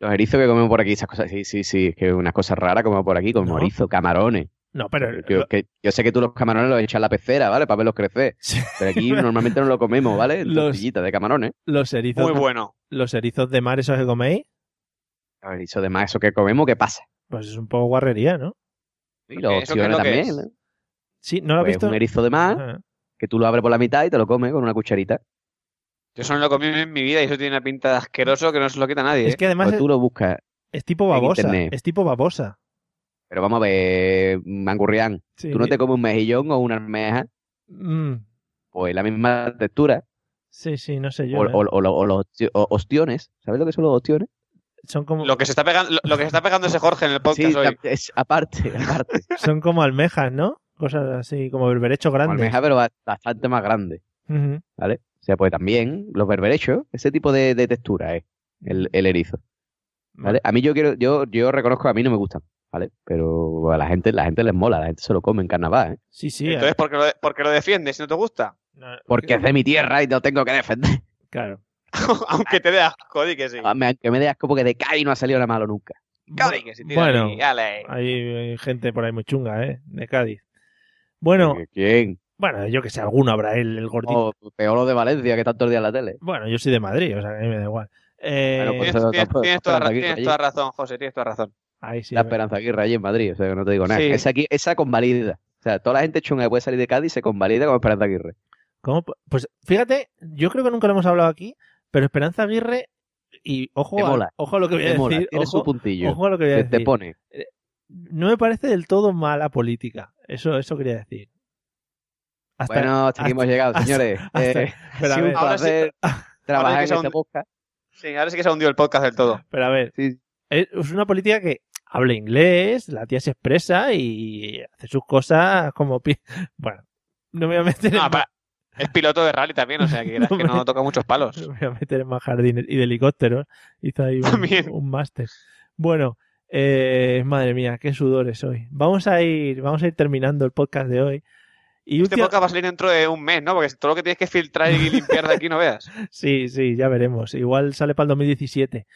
Speaker 6: Los erizos que comemos por aquí, esas cosas. Sí, sí, sí. Es que una cosa rara comemos por aquí, como
Speaker 2: No.
Speaker 6: erizo, camarones.
Speaker 2: No, pero.
Speaker 6: Yo, que- yo sé que tú los camarones los echas a la pecera, ¿vale? Para verlos crecer.
Speaker 2: Sí.
Speaker 6: Pero aquí normalmente no lo comemos, ¿vale? En
Speaker 2: Los-
Speaker 6: tortillitas de camarones.
Speaker 2: Los erizos.
Speaker 4: Muy bueno.
Speaker 2: Los erizos de mar, esos que coméis,
Speaker 6: A ver, eso de más, eso que comemos, ¿qué pasa?
Speaker 2: pues es un poco guarrería, ¿no?
Speaker 6: Y
Speaker 4: Ok,
Speaker 6: los
Speaker 4: ¿eso qué es
Speaker 6: ostiones
Speaker 4: lo que
Speaker 6: también. ¿eh?
Speaker 4: es?
Speaker 6: ¿no?
Speaker 2: Sí, ¿no lo has
Speaker 6: Pues
Speaker 2: visto?
Speaker 6: un erizo de mar
Speaker 2: Ah,
Speaker 6: que tú lo abres por la mitad y te lo comes con una cucharita.
Speaker 4: Yo eso no lo comí en mi vida y eso tiene una pinta de asqueroso que no se lo quita nadie. ¿eh?
Speaker 2: Es que además
Speaker 6: O
Speaker 2: es,
Speaker 6: Pues tú lo buscas.
Speaker 2: es tipo
Speaker 6: en
Speaker 2: babosa.
Speaker 6: internet.
Speaker 2: Es tipo babosa.
Speaker 6: Pero vamos a ver, mangurrián.
Speaker 2: Sí.
Speaker 6: Tú no te comes un mejillón o una almeja,
Speaker 2: Mm,
Speaker 6: pues la misma textura.
Speaker 2: sí, sí, no sé yo.
Speaker 6: O,
Speaker 2: ¿eh?
Speaker 6: o- o lo- o los ostio- o- ostiones. ¿Sabes lo que son los ostiones?
Speaker 2: Son como,
Speaker 4: Lo que se está pegando, lo, lo que se está pegando ese Jorge en el podcast
Speaker 6: Sí,
Speaker 4: hoy.
Speaker 6: la- es aparte, aparte.
Speaker 2: son como almejas, ¿no? Cosas así, como berberechos
Speaker 6: Como
Speaker 2: grandes.
Speaker 6: almeja, pero ba- bastante más grande.
Speaker 2: Ujú.
Speaker 6: ¿vale? O sea, pues también los berberechos, ese tipo de, de textura es el, el erizo, ¿vale? A mí yo quiero, yo, yo reconozco que a mí no me gustan, ¿vale? Pero a la gente, la gente les mola, la gente se lo come en carnaval, ¿eh?
Speaker 2: Sí, sí.
Speaker 4: Entonces,
Speaker 2: eh.
Speaker 4: ¿por qué, lo, por qué lo defiendes si no te gusta?
Speaker 2: No,
Speaker 6: Porque es de mi tierra y lo tengo que defender.
Speaker 2: Claro.
Speaker 4: Aunque te dé asco, di que sí.
Speaker 6: Ah, me- Aunque me dé asco porque de Cádiz no ha salido nada malo nunca.
Speaker 4: Cari, que sí, tira
Speaker 2: Bueno,
Speaker 6: ah.
Speaker 4: ahí, ale.
Speaker 2: hay, hay gente por ahí muy chunga, ¿eh? De Cádiz. Bueno,
Speaker 6: ¿Quién?
Speaker 2: bueno, yo que sé, alguno habrá el, el gordito.
Speaker 6: O peor lo de Valencia, que tanto el día en la tele.
Speaker 2: Bueno, yo soy de Madrid, o sea, que a mí me da igual. Eh,
Speaker 6: Bueno, pues-
Speaker 4: Tienes,
Speaker 6: eso
Speaker 4: tienes-
Speaker 6: tampoco-
Speaker 4: tienes toda, ra-
Speaker 6: tampoco-
Speaker 4: tienes toda razón, José, tienes toda razón.
Speaker 2: ahí sí.
Speaker 6: La
Speaker 2: me-
Speaker 6: Esperanza Aguirre allí en Madrid, o sea, que no te digo nada.
Speaker 4: Sí.
Speaker 6: Esa, aquí, esa convalida. O sea, toda la gente chunga que puede salir de Cádiz se convalida con Esperanza Aguirre.
Speaker 2: ¿Cómo? po- Pues fíjate, yo creo que nunca lo hemos hablado aquí, pero Esperanza Aguirre, y ojo,
Speaker 6: Te
Speaker 2: a,
Speaker 6: mola.
Speaker 2: ojo a lo que voy a
Speaker 6: Te mola,
Speaker 2: decir,
Speaker 6: tiene su
Speaker 2: ojo,
Speaker 6: puntillo.
Speaker 2: ojo a lo que voy a
Speaker 6: Te,
Speaker 2: decir.
Speaker 6: te pone.
Speaker 2: No me parece del todo mala política, eso, eso quería decir. Hasta,
Speaker 6: bueno, hasta aquí hemos llegado,
Speaker 2: hasta-
Speaker 6: señores.
Speaker 2: hasta-
Speaker 6: Eh,
Speaker 2: pero,
Speaker 6: ha
Speaker 2: a
Speaker 6: sido un
Speaker 2: ver,
Speaker 4: Ahora sí-
Speaker 6: placer
Speaker 4: ahora
Speaker 6: trabajar
Speaker 4: sí que
Speaker 6: en
Speaker 4: son-
Speaker 6: esta podcast.
Speaker 4: Sí, ahora sí que se ha hundido el podcast del todo.
Speaker 2: pero a ver,
Speaker 6: Sí.
Speaker 2: es es una política que habla inglés, la tía se expresa y hace sus cosas como... pi- Bueno, no me voy a meter en
Speaker 4: No, Ah, pa- es piloto de rally también, o sea, que, creas que no toca muchos palos. Este
Speaker 2: Me voy a meter en más jardines y de helicópteros. Hizo ahí
Speaker 4: También.
Speaker 2: un, un máster. Bueno, eh, madre mía, qué sudores hoy. Vamos a ir, vamos a ir terminando el podcast de hoy. Y
Speaker 4: Este
Speaker 2: última-
Speaker 4: podcast va a salir dentro de un mes, ¿no? Porque todo lo que tienes que filtrar y limpiar de aquí no veas.
Speaker 2: Eh, Sí, sí, ya veremos. Igual sale para el 2017.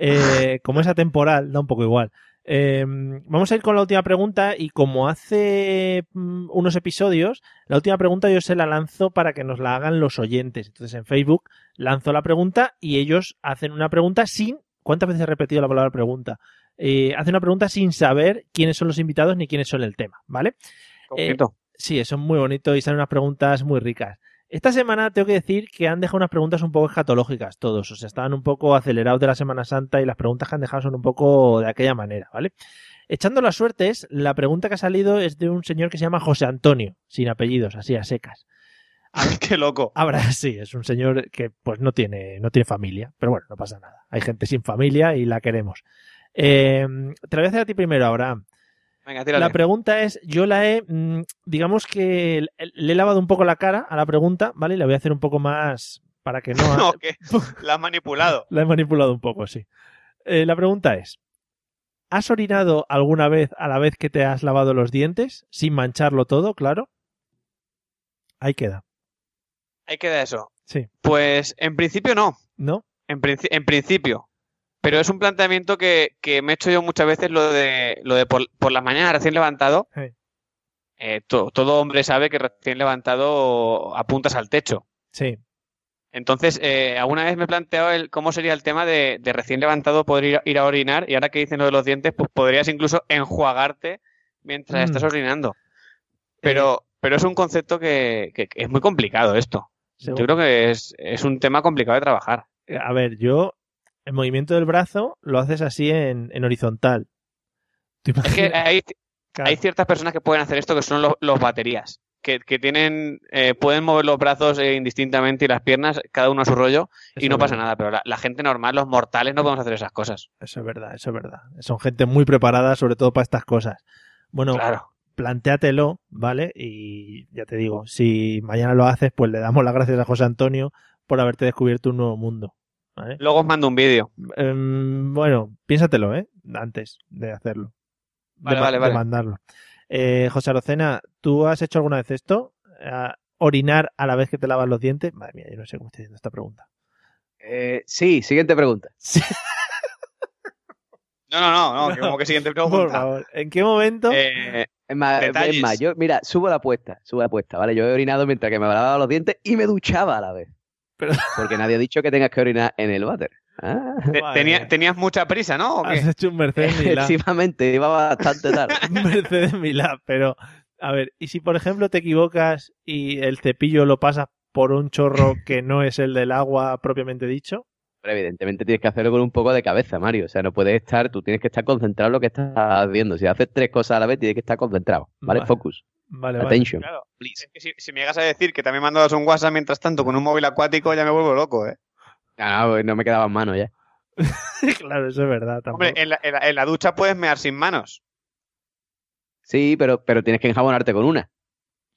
Speaker 2: Eh, como es atemporal, da un poco igual. Eh, vamos a ir con la última pregunta y como hace mm, unos episodios, la última pregunta yo se la lanzo para que nos la hagan los oyentes. Entonces en Facebook lanzo la pregunta y ellos hacen una pregunta sin... ¿Cuántas veces he repetido la palabra pregunta? Eh, hacen una pregunta sin saber quiénes son los invitados ni quiénes son el tema, ¿vale?
Speaker 4: Concreto.
Speaker 2: Sí, son muy bonitos y salen unas preguntas muy ricas. Esta semana tengo que decir que han dejado unas preguntas un poco escatológicas todos. O sea, estaban un poco acelerados de la Semana Santa y las preguntas que han dejado son un poco de aquella manera, ¿vale? Echando las suertes, la pregunta que ha salido es de un señor que se llama José Antonio, sin apellidos, así a secas.
Speaker 4: Qué loco.
Speaker 2: Ahora sí, es un señor que pues no tiene, no tiene familia, pero bueno, no pasa nada. Hay gente sin familia y la queremos. Eh, te la voy a hacer a ti primero, Abraham.
Speaker 4: Venga, tírale.
Speaker 2: La pregunta es, yo la he, mm, digamos que l- le he lavado un poco la cara a la pregunta, ¿vale? Y la voy a hacer un poco más para que no...
Speaker 4: No, que la has manipulado.
Speaker 2: La he manipulado un poco, sí. Eh, la pregunta es, ¿has orinado alguna vez a la vez que te has lavado los dientes? Sin mancharlo todo, claro. Ahí queda,
Speaker 4: Ahí queda eso.
Speaker 2: Sí.
Speaker 4: Pues en principio no.
Speaker 2: ¿no?
Speaker 4: En, princi- en principio. Pero es un planteamiento que, que me he hecho yo muchas veces lo de, lo de por, por las mañanas recién levantado.
Speaker 2: Sí.
Speaker 4: Eh, to- todo hombre sabe que recién levantado apuntas al techo.
Speaker 2: Sí.
Speaker 4: Entonces, eh, alguna vez me he planteado el, cómo sería el tema de, de recién levantado poder ir, a- ir a orinar y ahora que dicen lo de los dientes, pues podrías incluso enjuagarte mientras
Speaker 2: Mm. Eh.
Speaker 4: estás orinando. Pero, pero es un concepto que, que- que es muy complicado esto.
Speaker 2: seguro.
Speaker 4: Yo creo que es, es un tema complicado de trabajar.
Speaker 2: A ver, yo, el movimiento del brazo lo haces así en, en horizontal. ¿Te
Speaker 4: Es que eh,
Speaker 2: imaginas?
Speaker 4: hay,
Speaker 2: Claro.
Speaker 4: hay ciertas personas que pueden hacer esto que son los, los baterías, que, que tienen, eh, pueden mover los brazos eh, indistintamente y las piernas, cada uno a su rollo, y
Speaker 2: Eso
Speaker 4: no
Speaker 2: es
Speaker 4: pasa
Speaker 2: verdad.
Speaker 4: nada. Pero la, la gente normal, los mortales, no podemos hacer esas cosas.
Speaker 2: Eso es verdad, eso es verdad. Son gente muy preparada, sobre todo para estas cosas. Bueno,
Speaker 4: Claro.
Speaker 2: plantéatelo, ¿vale? Y ya te digo, si mañana lo haces, pues le damos las gracias a José Antonio por haberte descubierto un nuevo mundo. ¿vale?
Speaker 4: Luego os mando un vídeo.
Speaker 2: Em, bueno, piénsatelo, ¿eh? Antes de hacerlo.
Speaker 4: Vale,
Speaker 2: de, ma-
Speaker 4: vale,
Speaker 2: de
Speaker 4: vale.
Speaker 2: mandarlo. Eh, José Arocena, ¿tú has hecho alguna vez esto? Eh, ¿Orinar a la vez que te lavas los dientes? Madre mía, yo no sé cómo estoy haciendo esta pregunta.
Speaker 6: Eh, sí, siguiente pregunta.
Speaker 4: No, no, no, no, que
Speaker 2: No.
Speaker 4: como que siguiente
Speaker 2: Por
Speaker 4: pregunta.
Speaker 2: favor, ¿en qué momento?
Speaker 4: Eh,
Speaker 6: Es más,
Speaker 4: Detalles.
Speaker 6: es más, yo, mira, subo la apuesta, subo la apuesta, ¿vale? Yo he orinado mientras que me lavaba los dientes y me duchaba a la vez.
Speaker 2: Pero-
Speaker 6: Porque nadie ha dicho que tengas que orinar en el váter. Ah,
Speaker 4: Te-
Speaker 2: Madre
Speaker 4: tenía-
Speaker 2: mía.
Speaker 4: tenías mucha prisa, ¿no? ¿O qué?
Speaker 2: Has hecho un Mercedes Milá.
Speaker 6: efectivamente, iba bastante tarde.
Speaker 2: Un Mercedes Milá, pero a ver, y si por ejemplo te equivocas y el cepillo lo pasas por un chorro que no es el del agua propiamente dicho,
Speaker 6: Pero evidentemente tienes que hacerlo con un poco de cabeza, Mario. O sea, no puedes estar, tú tienes que estar concentrado en lo que estás haciendo. Si haces tres cosas a la vez, tienes que estar concentrado, ¿vale?
Speaker 2: Vale.
Speaker 6: Focus,
Speaker 2: vale, vale.
Speaker 6: attention.
Speaker 4: Claro. Es que si, si me llegas a decir que también mandabas un WhatsApp mientras tanto con un móvil acuático, ya me vuelvo loco, ¿eh?
Speaker 6: Ah, no, no me quedaban manos ya.
Speaker 2: claro, eso es verdad. Tampoco.
Speaker 4: Hombre, en la, en la- en la ducha puedes mear sin manos.
Speaker 6: Sí, pero, pero tienes que enjabonarte con una.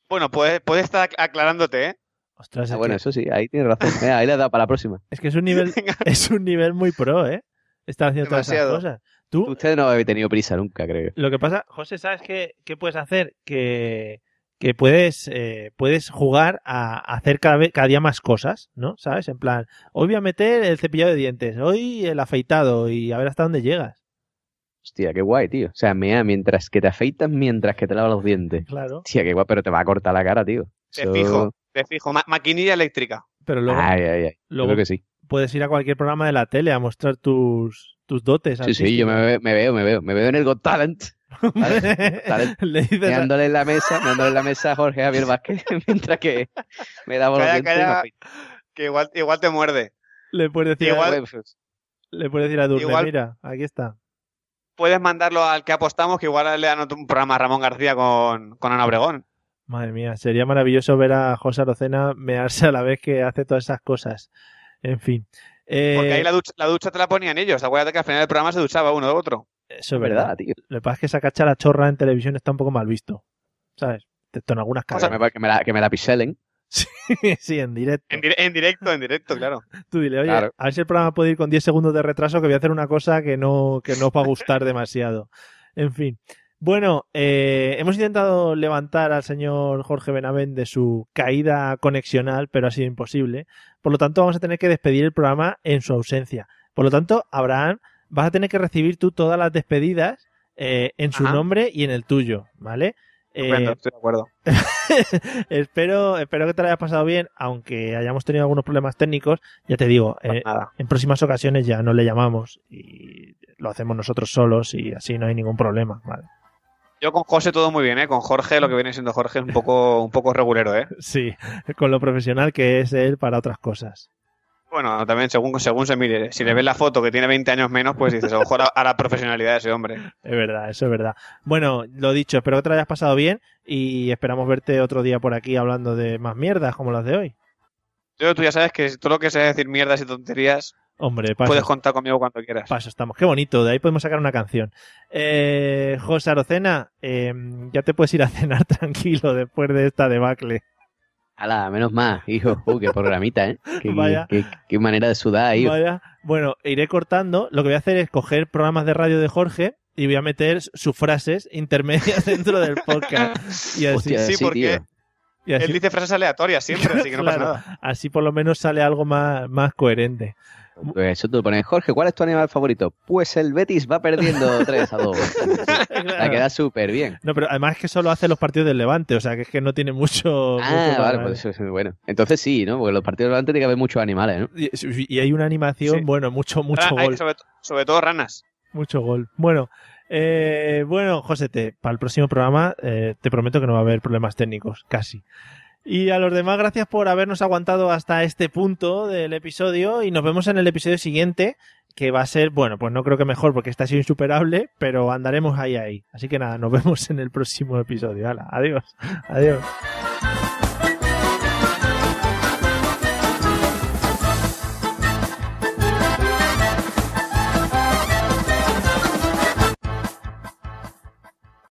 Speaker 4: Bueno, puedes, puedes estar aclarándote, ¿eh?
Speaker 2: Ostras,
Speaker 6: Ah,
Speaker 2: es,
Speaker 6: bueno,
Speaker 2: que,
Speaker 6: eso sí, ahí tienes razón. Mira, ahí le he dado para la próxima.
Speaker 2: es que es un nivel,
Speaker 4: Venga.
Speaker 2: es un nivel muy pro, ¿eh? Estar haciendo
Speaker 4: Demasiado.
Speaker 2: todas esas cosas. Tú,
Speaker 6: Usted no había tenido prisa nunca, creo.
Speaker 2: Lo que pasa, José, ¿sabes qué, qué puedes hacer? Que, que puedes, eh, puedes jugar a hacer cada, vez, cada día más cosas, ¿no? ¿Sabes? En plan, hoy voy a meter el cepillado de dientes, hoy el afeitado y a ver hasta dónde llegas.
Speaker 6: Hostia, qué guay, tío. O sea, mea mientras que te afeitas, mientras que te lavas los dientes.
Speaker 2: Claro.
Speaker 6: Hostia, qué guay, pero te va a cortar la cara, tío.
Speaker 4: Te
Speaker 6: Eso-
Speaker 4: fijo, te fijo. Ma- maquinilla eléctrica.
Speaker 2: Pero luego,
Speaker 6: Ay, ay, ay. Ah, Yo
Speaker 2: luego
Speaker 6: creo que sí.
Speaker 2: puedes ir a cualquier programa de la tele a mostrar tus, tus dotes.
Speaker 6: Sí, sí, yo me, ve- me veo, me veo. Me veo en el Got Talent.
Speaker 2: artísticos.
Speaker 6: Dale.
Speaker 2: Le dices a-
Speaker 6: meándole en la mesa, meándole en la mesa a Jorge Javier Vázquez mientras que me daba los
Speaker 4: Calla,
Speaker 6: dientes. y me
Speaker 4: calla,
Speaker 6: afeitaba.
Speaker 4: que igual, igual te muerde.
Speaker 2: le puedes decir,
Speaker 4: Igual-
Speaker 6: Pues,
Speaker 2: a, le puedes decir a Durne,
Speaker 4: igual-
Speaker 2: mira, aquí está.
Speaker 4: Puedes mandarlo al que apostamos, que igual le dan otro- un programa a Ramón García con, con Ana Obregón.
Speaker 2: Madre mía, sería maravilloso ver a José Arocena mearse a la vez que hace todas esas cosas. En fin. Eh,
Speaker 4: Porque ahí la ducha, la ducha te la ponían ellos. Acuérdate que al final del programa se duchaba uno de otro.
Speaker 2: Eso
Speaker 6: es
Speaker 2: es verdad.
Speaker 6: verdad, tío.
Speaker 2: Lo que pasa es que esa cacha la chorra en televisión está un poco mal visto. ¿Sabes? Excepto en algunas
Speaker 6: O sea,
Speaker 2: casas.
Speaker 6: me- que, me la, que me la piselen.
Speaker 2: sí, en directo.
Speaker 4: En, dire- en directo, en directo, claro.
Speaker 2: Tú dile, oye,
Speaker 6: Claro.
Speaker 2: a ver si el programa puede ir con 10 segundos de retraso que voy a hacer una cosa que no, que no os va a gustar demasiado. En fin. Bueno, eh, hemos intentado levantar al señor Jorge Benavent de su caída conexional, pero ha sido imposible. Por lo tanto, vamos a tener que despedir el programa en su ausencia. Por lo tanto, Abraham, vas a tener que recibir tú todas las despedidas eh, en su
Speaker 4: Ajá.
Speaker 2: nombre y en el tuyo, ¿vale? Eh,
Speaker 4: Estupendo, estoy de acuerdo.
Speaker 2: espero, espero que te lo hayas pasado bien, aunque hayamos tenido algunos problemas técnicos. Ya te digo, eh,
Speaker 4: pues Nada.
Speaker 2: en próximas ocasiones ya no le llamamos y lo hacemos nosotros solos y así no hay ningún problema. Vale.
Speaker 4: Yo con José todo muy bien, ¿eh? Con Jorge, lo que viene siendo Jorge es un poco, un poco regulero, ¿eh?
Speaker 2: Sí, con lo profesional que es él para otras cosas.
Speaker 4: Bueno, también según, según se mire. Si le ves la foto que tiene 20 años menos, pues dices, a lo mejor a, a la profesionalidad de ese hombre.
Speaker 2: Es verdad, eso es verdad. Bueno, lo dicho, espero que te lo hayas pasado bien y esperamos verte otro día por aquí hablando de más mierdas como las de hoy.
Speaker 4: Yo, tú ya sabes que todo lo que sea decir mierdas y tonterías,
Speaker 2: Hombre, paso,
Speaker 4: puedes contar conmigo cuando quieras.
Speaker 2: paso estamos. Qué bonito, de ahí podemos sacar una canción. Eh, José Arocena, eh, ya te puedes ir a cenar tranquilo después de esta debacle.
Speaker 6: Ala, menos más, hijo. Uh, qué programita, ¿eh? Qué,
Speaker 2: Vaya.
Speaker 6: qué- qué manera de sudar, hijo.
Speaker 2: Vaya. Bueno, iré cortando. Lo que voy a hacer es coger programas de radio de Jorge y voy a meter sus frases intermedias dentro del podcast. Y así,
Speaker 6: Hostia,
Speaker 4: sí,
Speaker 6: sí,
Speaker 4: porque-
Speaker 6: tío.
Speaker 2: y así-
Speaker 4: Él dice frases aleatorias siempre, así que no
Speaker 2: Claro,
Speaker 4: pasa nada.
Speaker 2: así por lo menos sale algo más, más coherente.
Speaker 6: Pues eso tú pones, Jorge, ¿cuál es tu animal favorito? Pues el Betis va perdiendo 3 a 2. La
Speaker 2: Claro.
Speaker 6: queda súper bien.
Speaker 2: No, pero además es que solo hace los partidos del Levante, o sea que es que no tiene mucho.
Speaker 6: Ah,
Speaker 2: mucho
Speaker 6: vale,
Speaker 2: para-
Speaker 6: pues eso es muy bueno. Entonces sí, ¿no? Porque los partidos de antes tiene que haber muchos animales, ¿no?
Speaker 2: Y, y hay una animación,
Speaker 4: Sí.
Speaker 2: bueno, mucho, mucho
Speaker 4: Ah, hay
Speaker 2: gol.
Speaker 4: sobre, to- sobre todo ranas.
Speaker 2: Mucho gol. Bueno, eh, bueno, José, te- para el próximo programa eh, te prometo que no va a haber problemas técnicos, casi. Y a los demás, gracias por habernos aguantado hasta este punto del episodio y nos vemos en el episodio siguiente, que va a ser, bueno, pues no creo que mejor porque está sido insuperable, pero andaremos ahí ahí. Así que nada, nos vemos en el próximo episodio. Hala, adiós, adiós.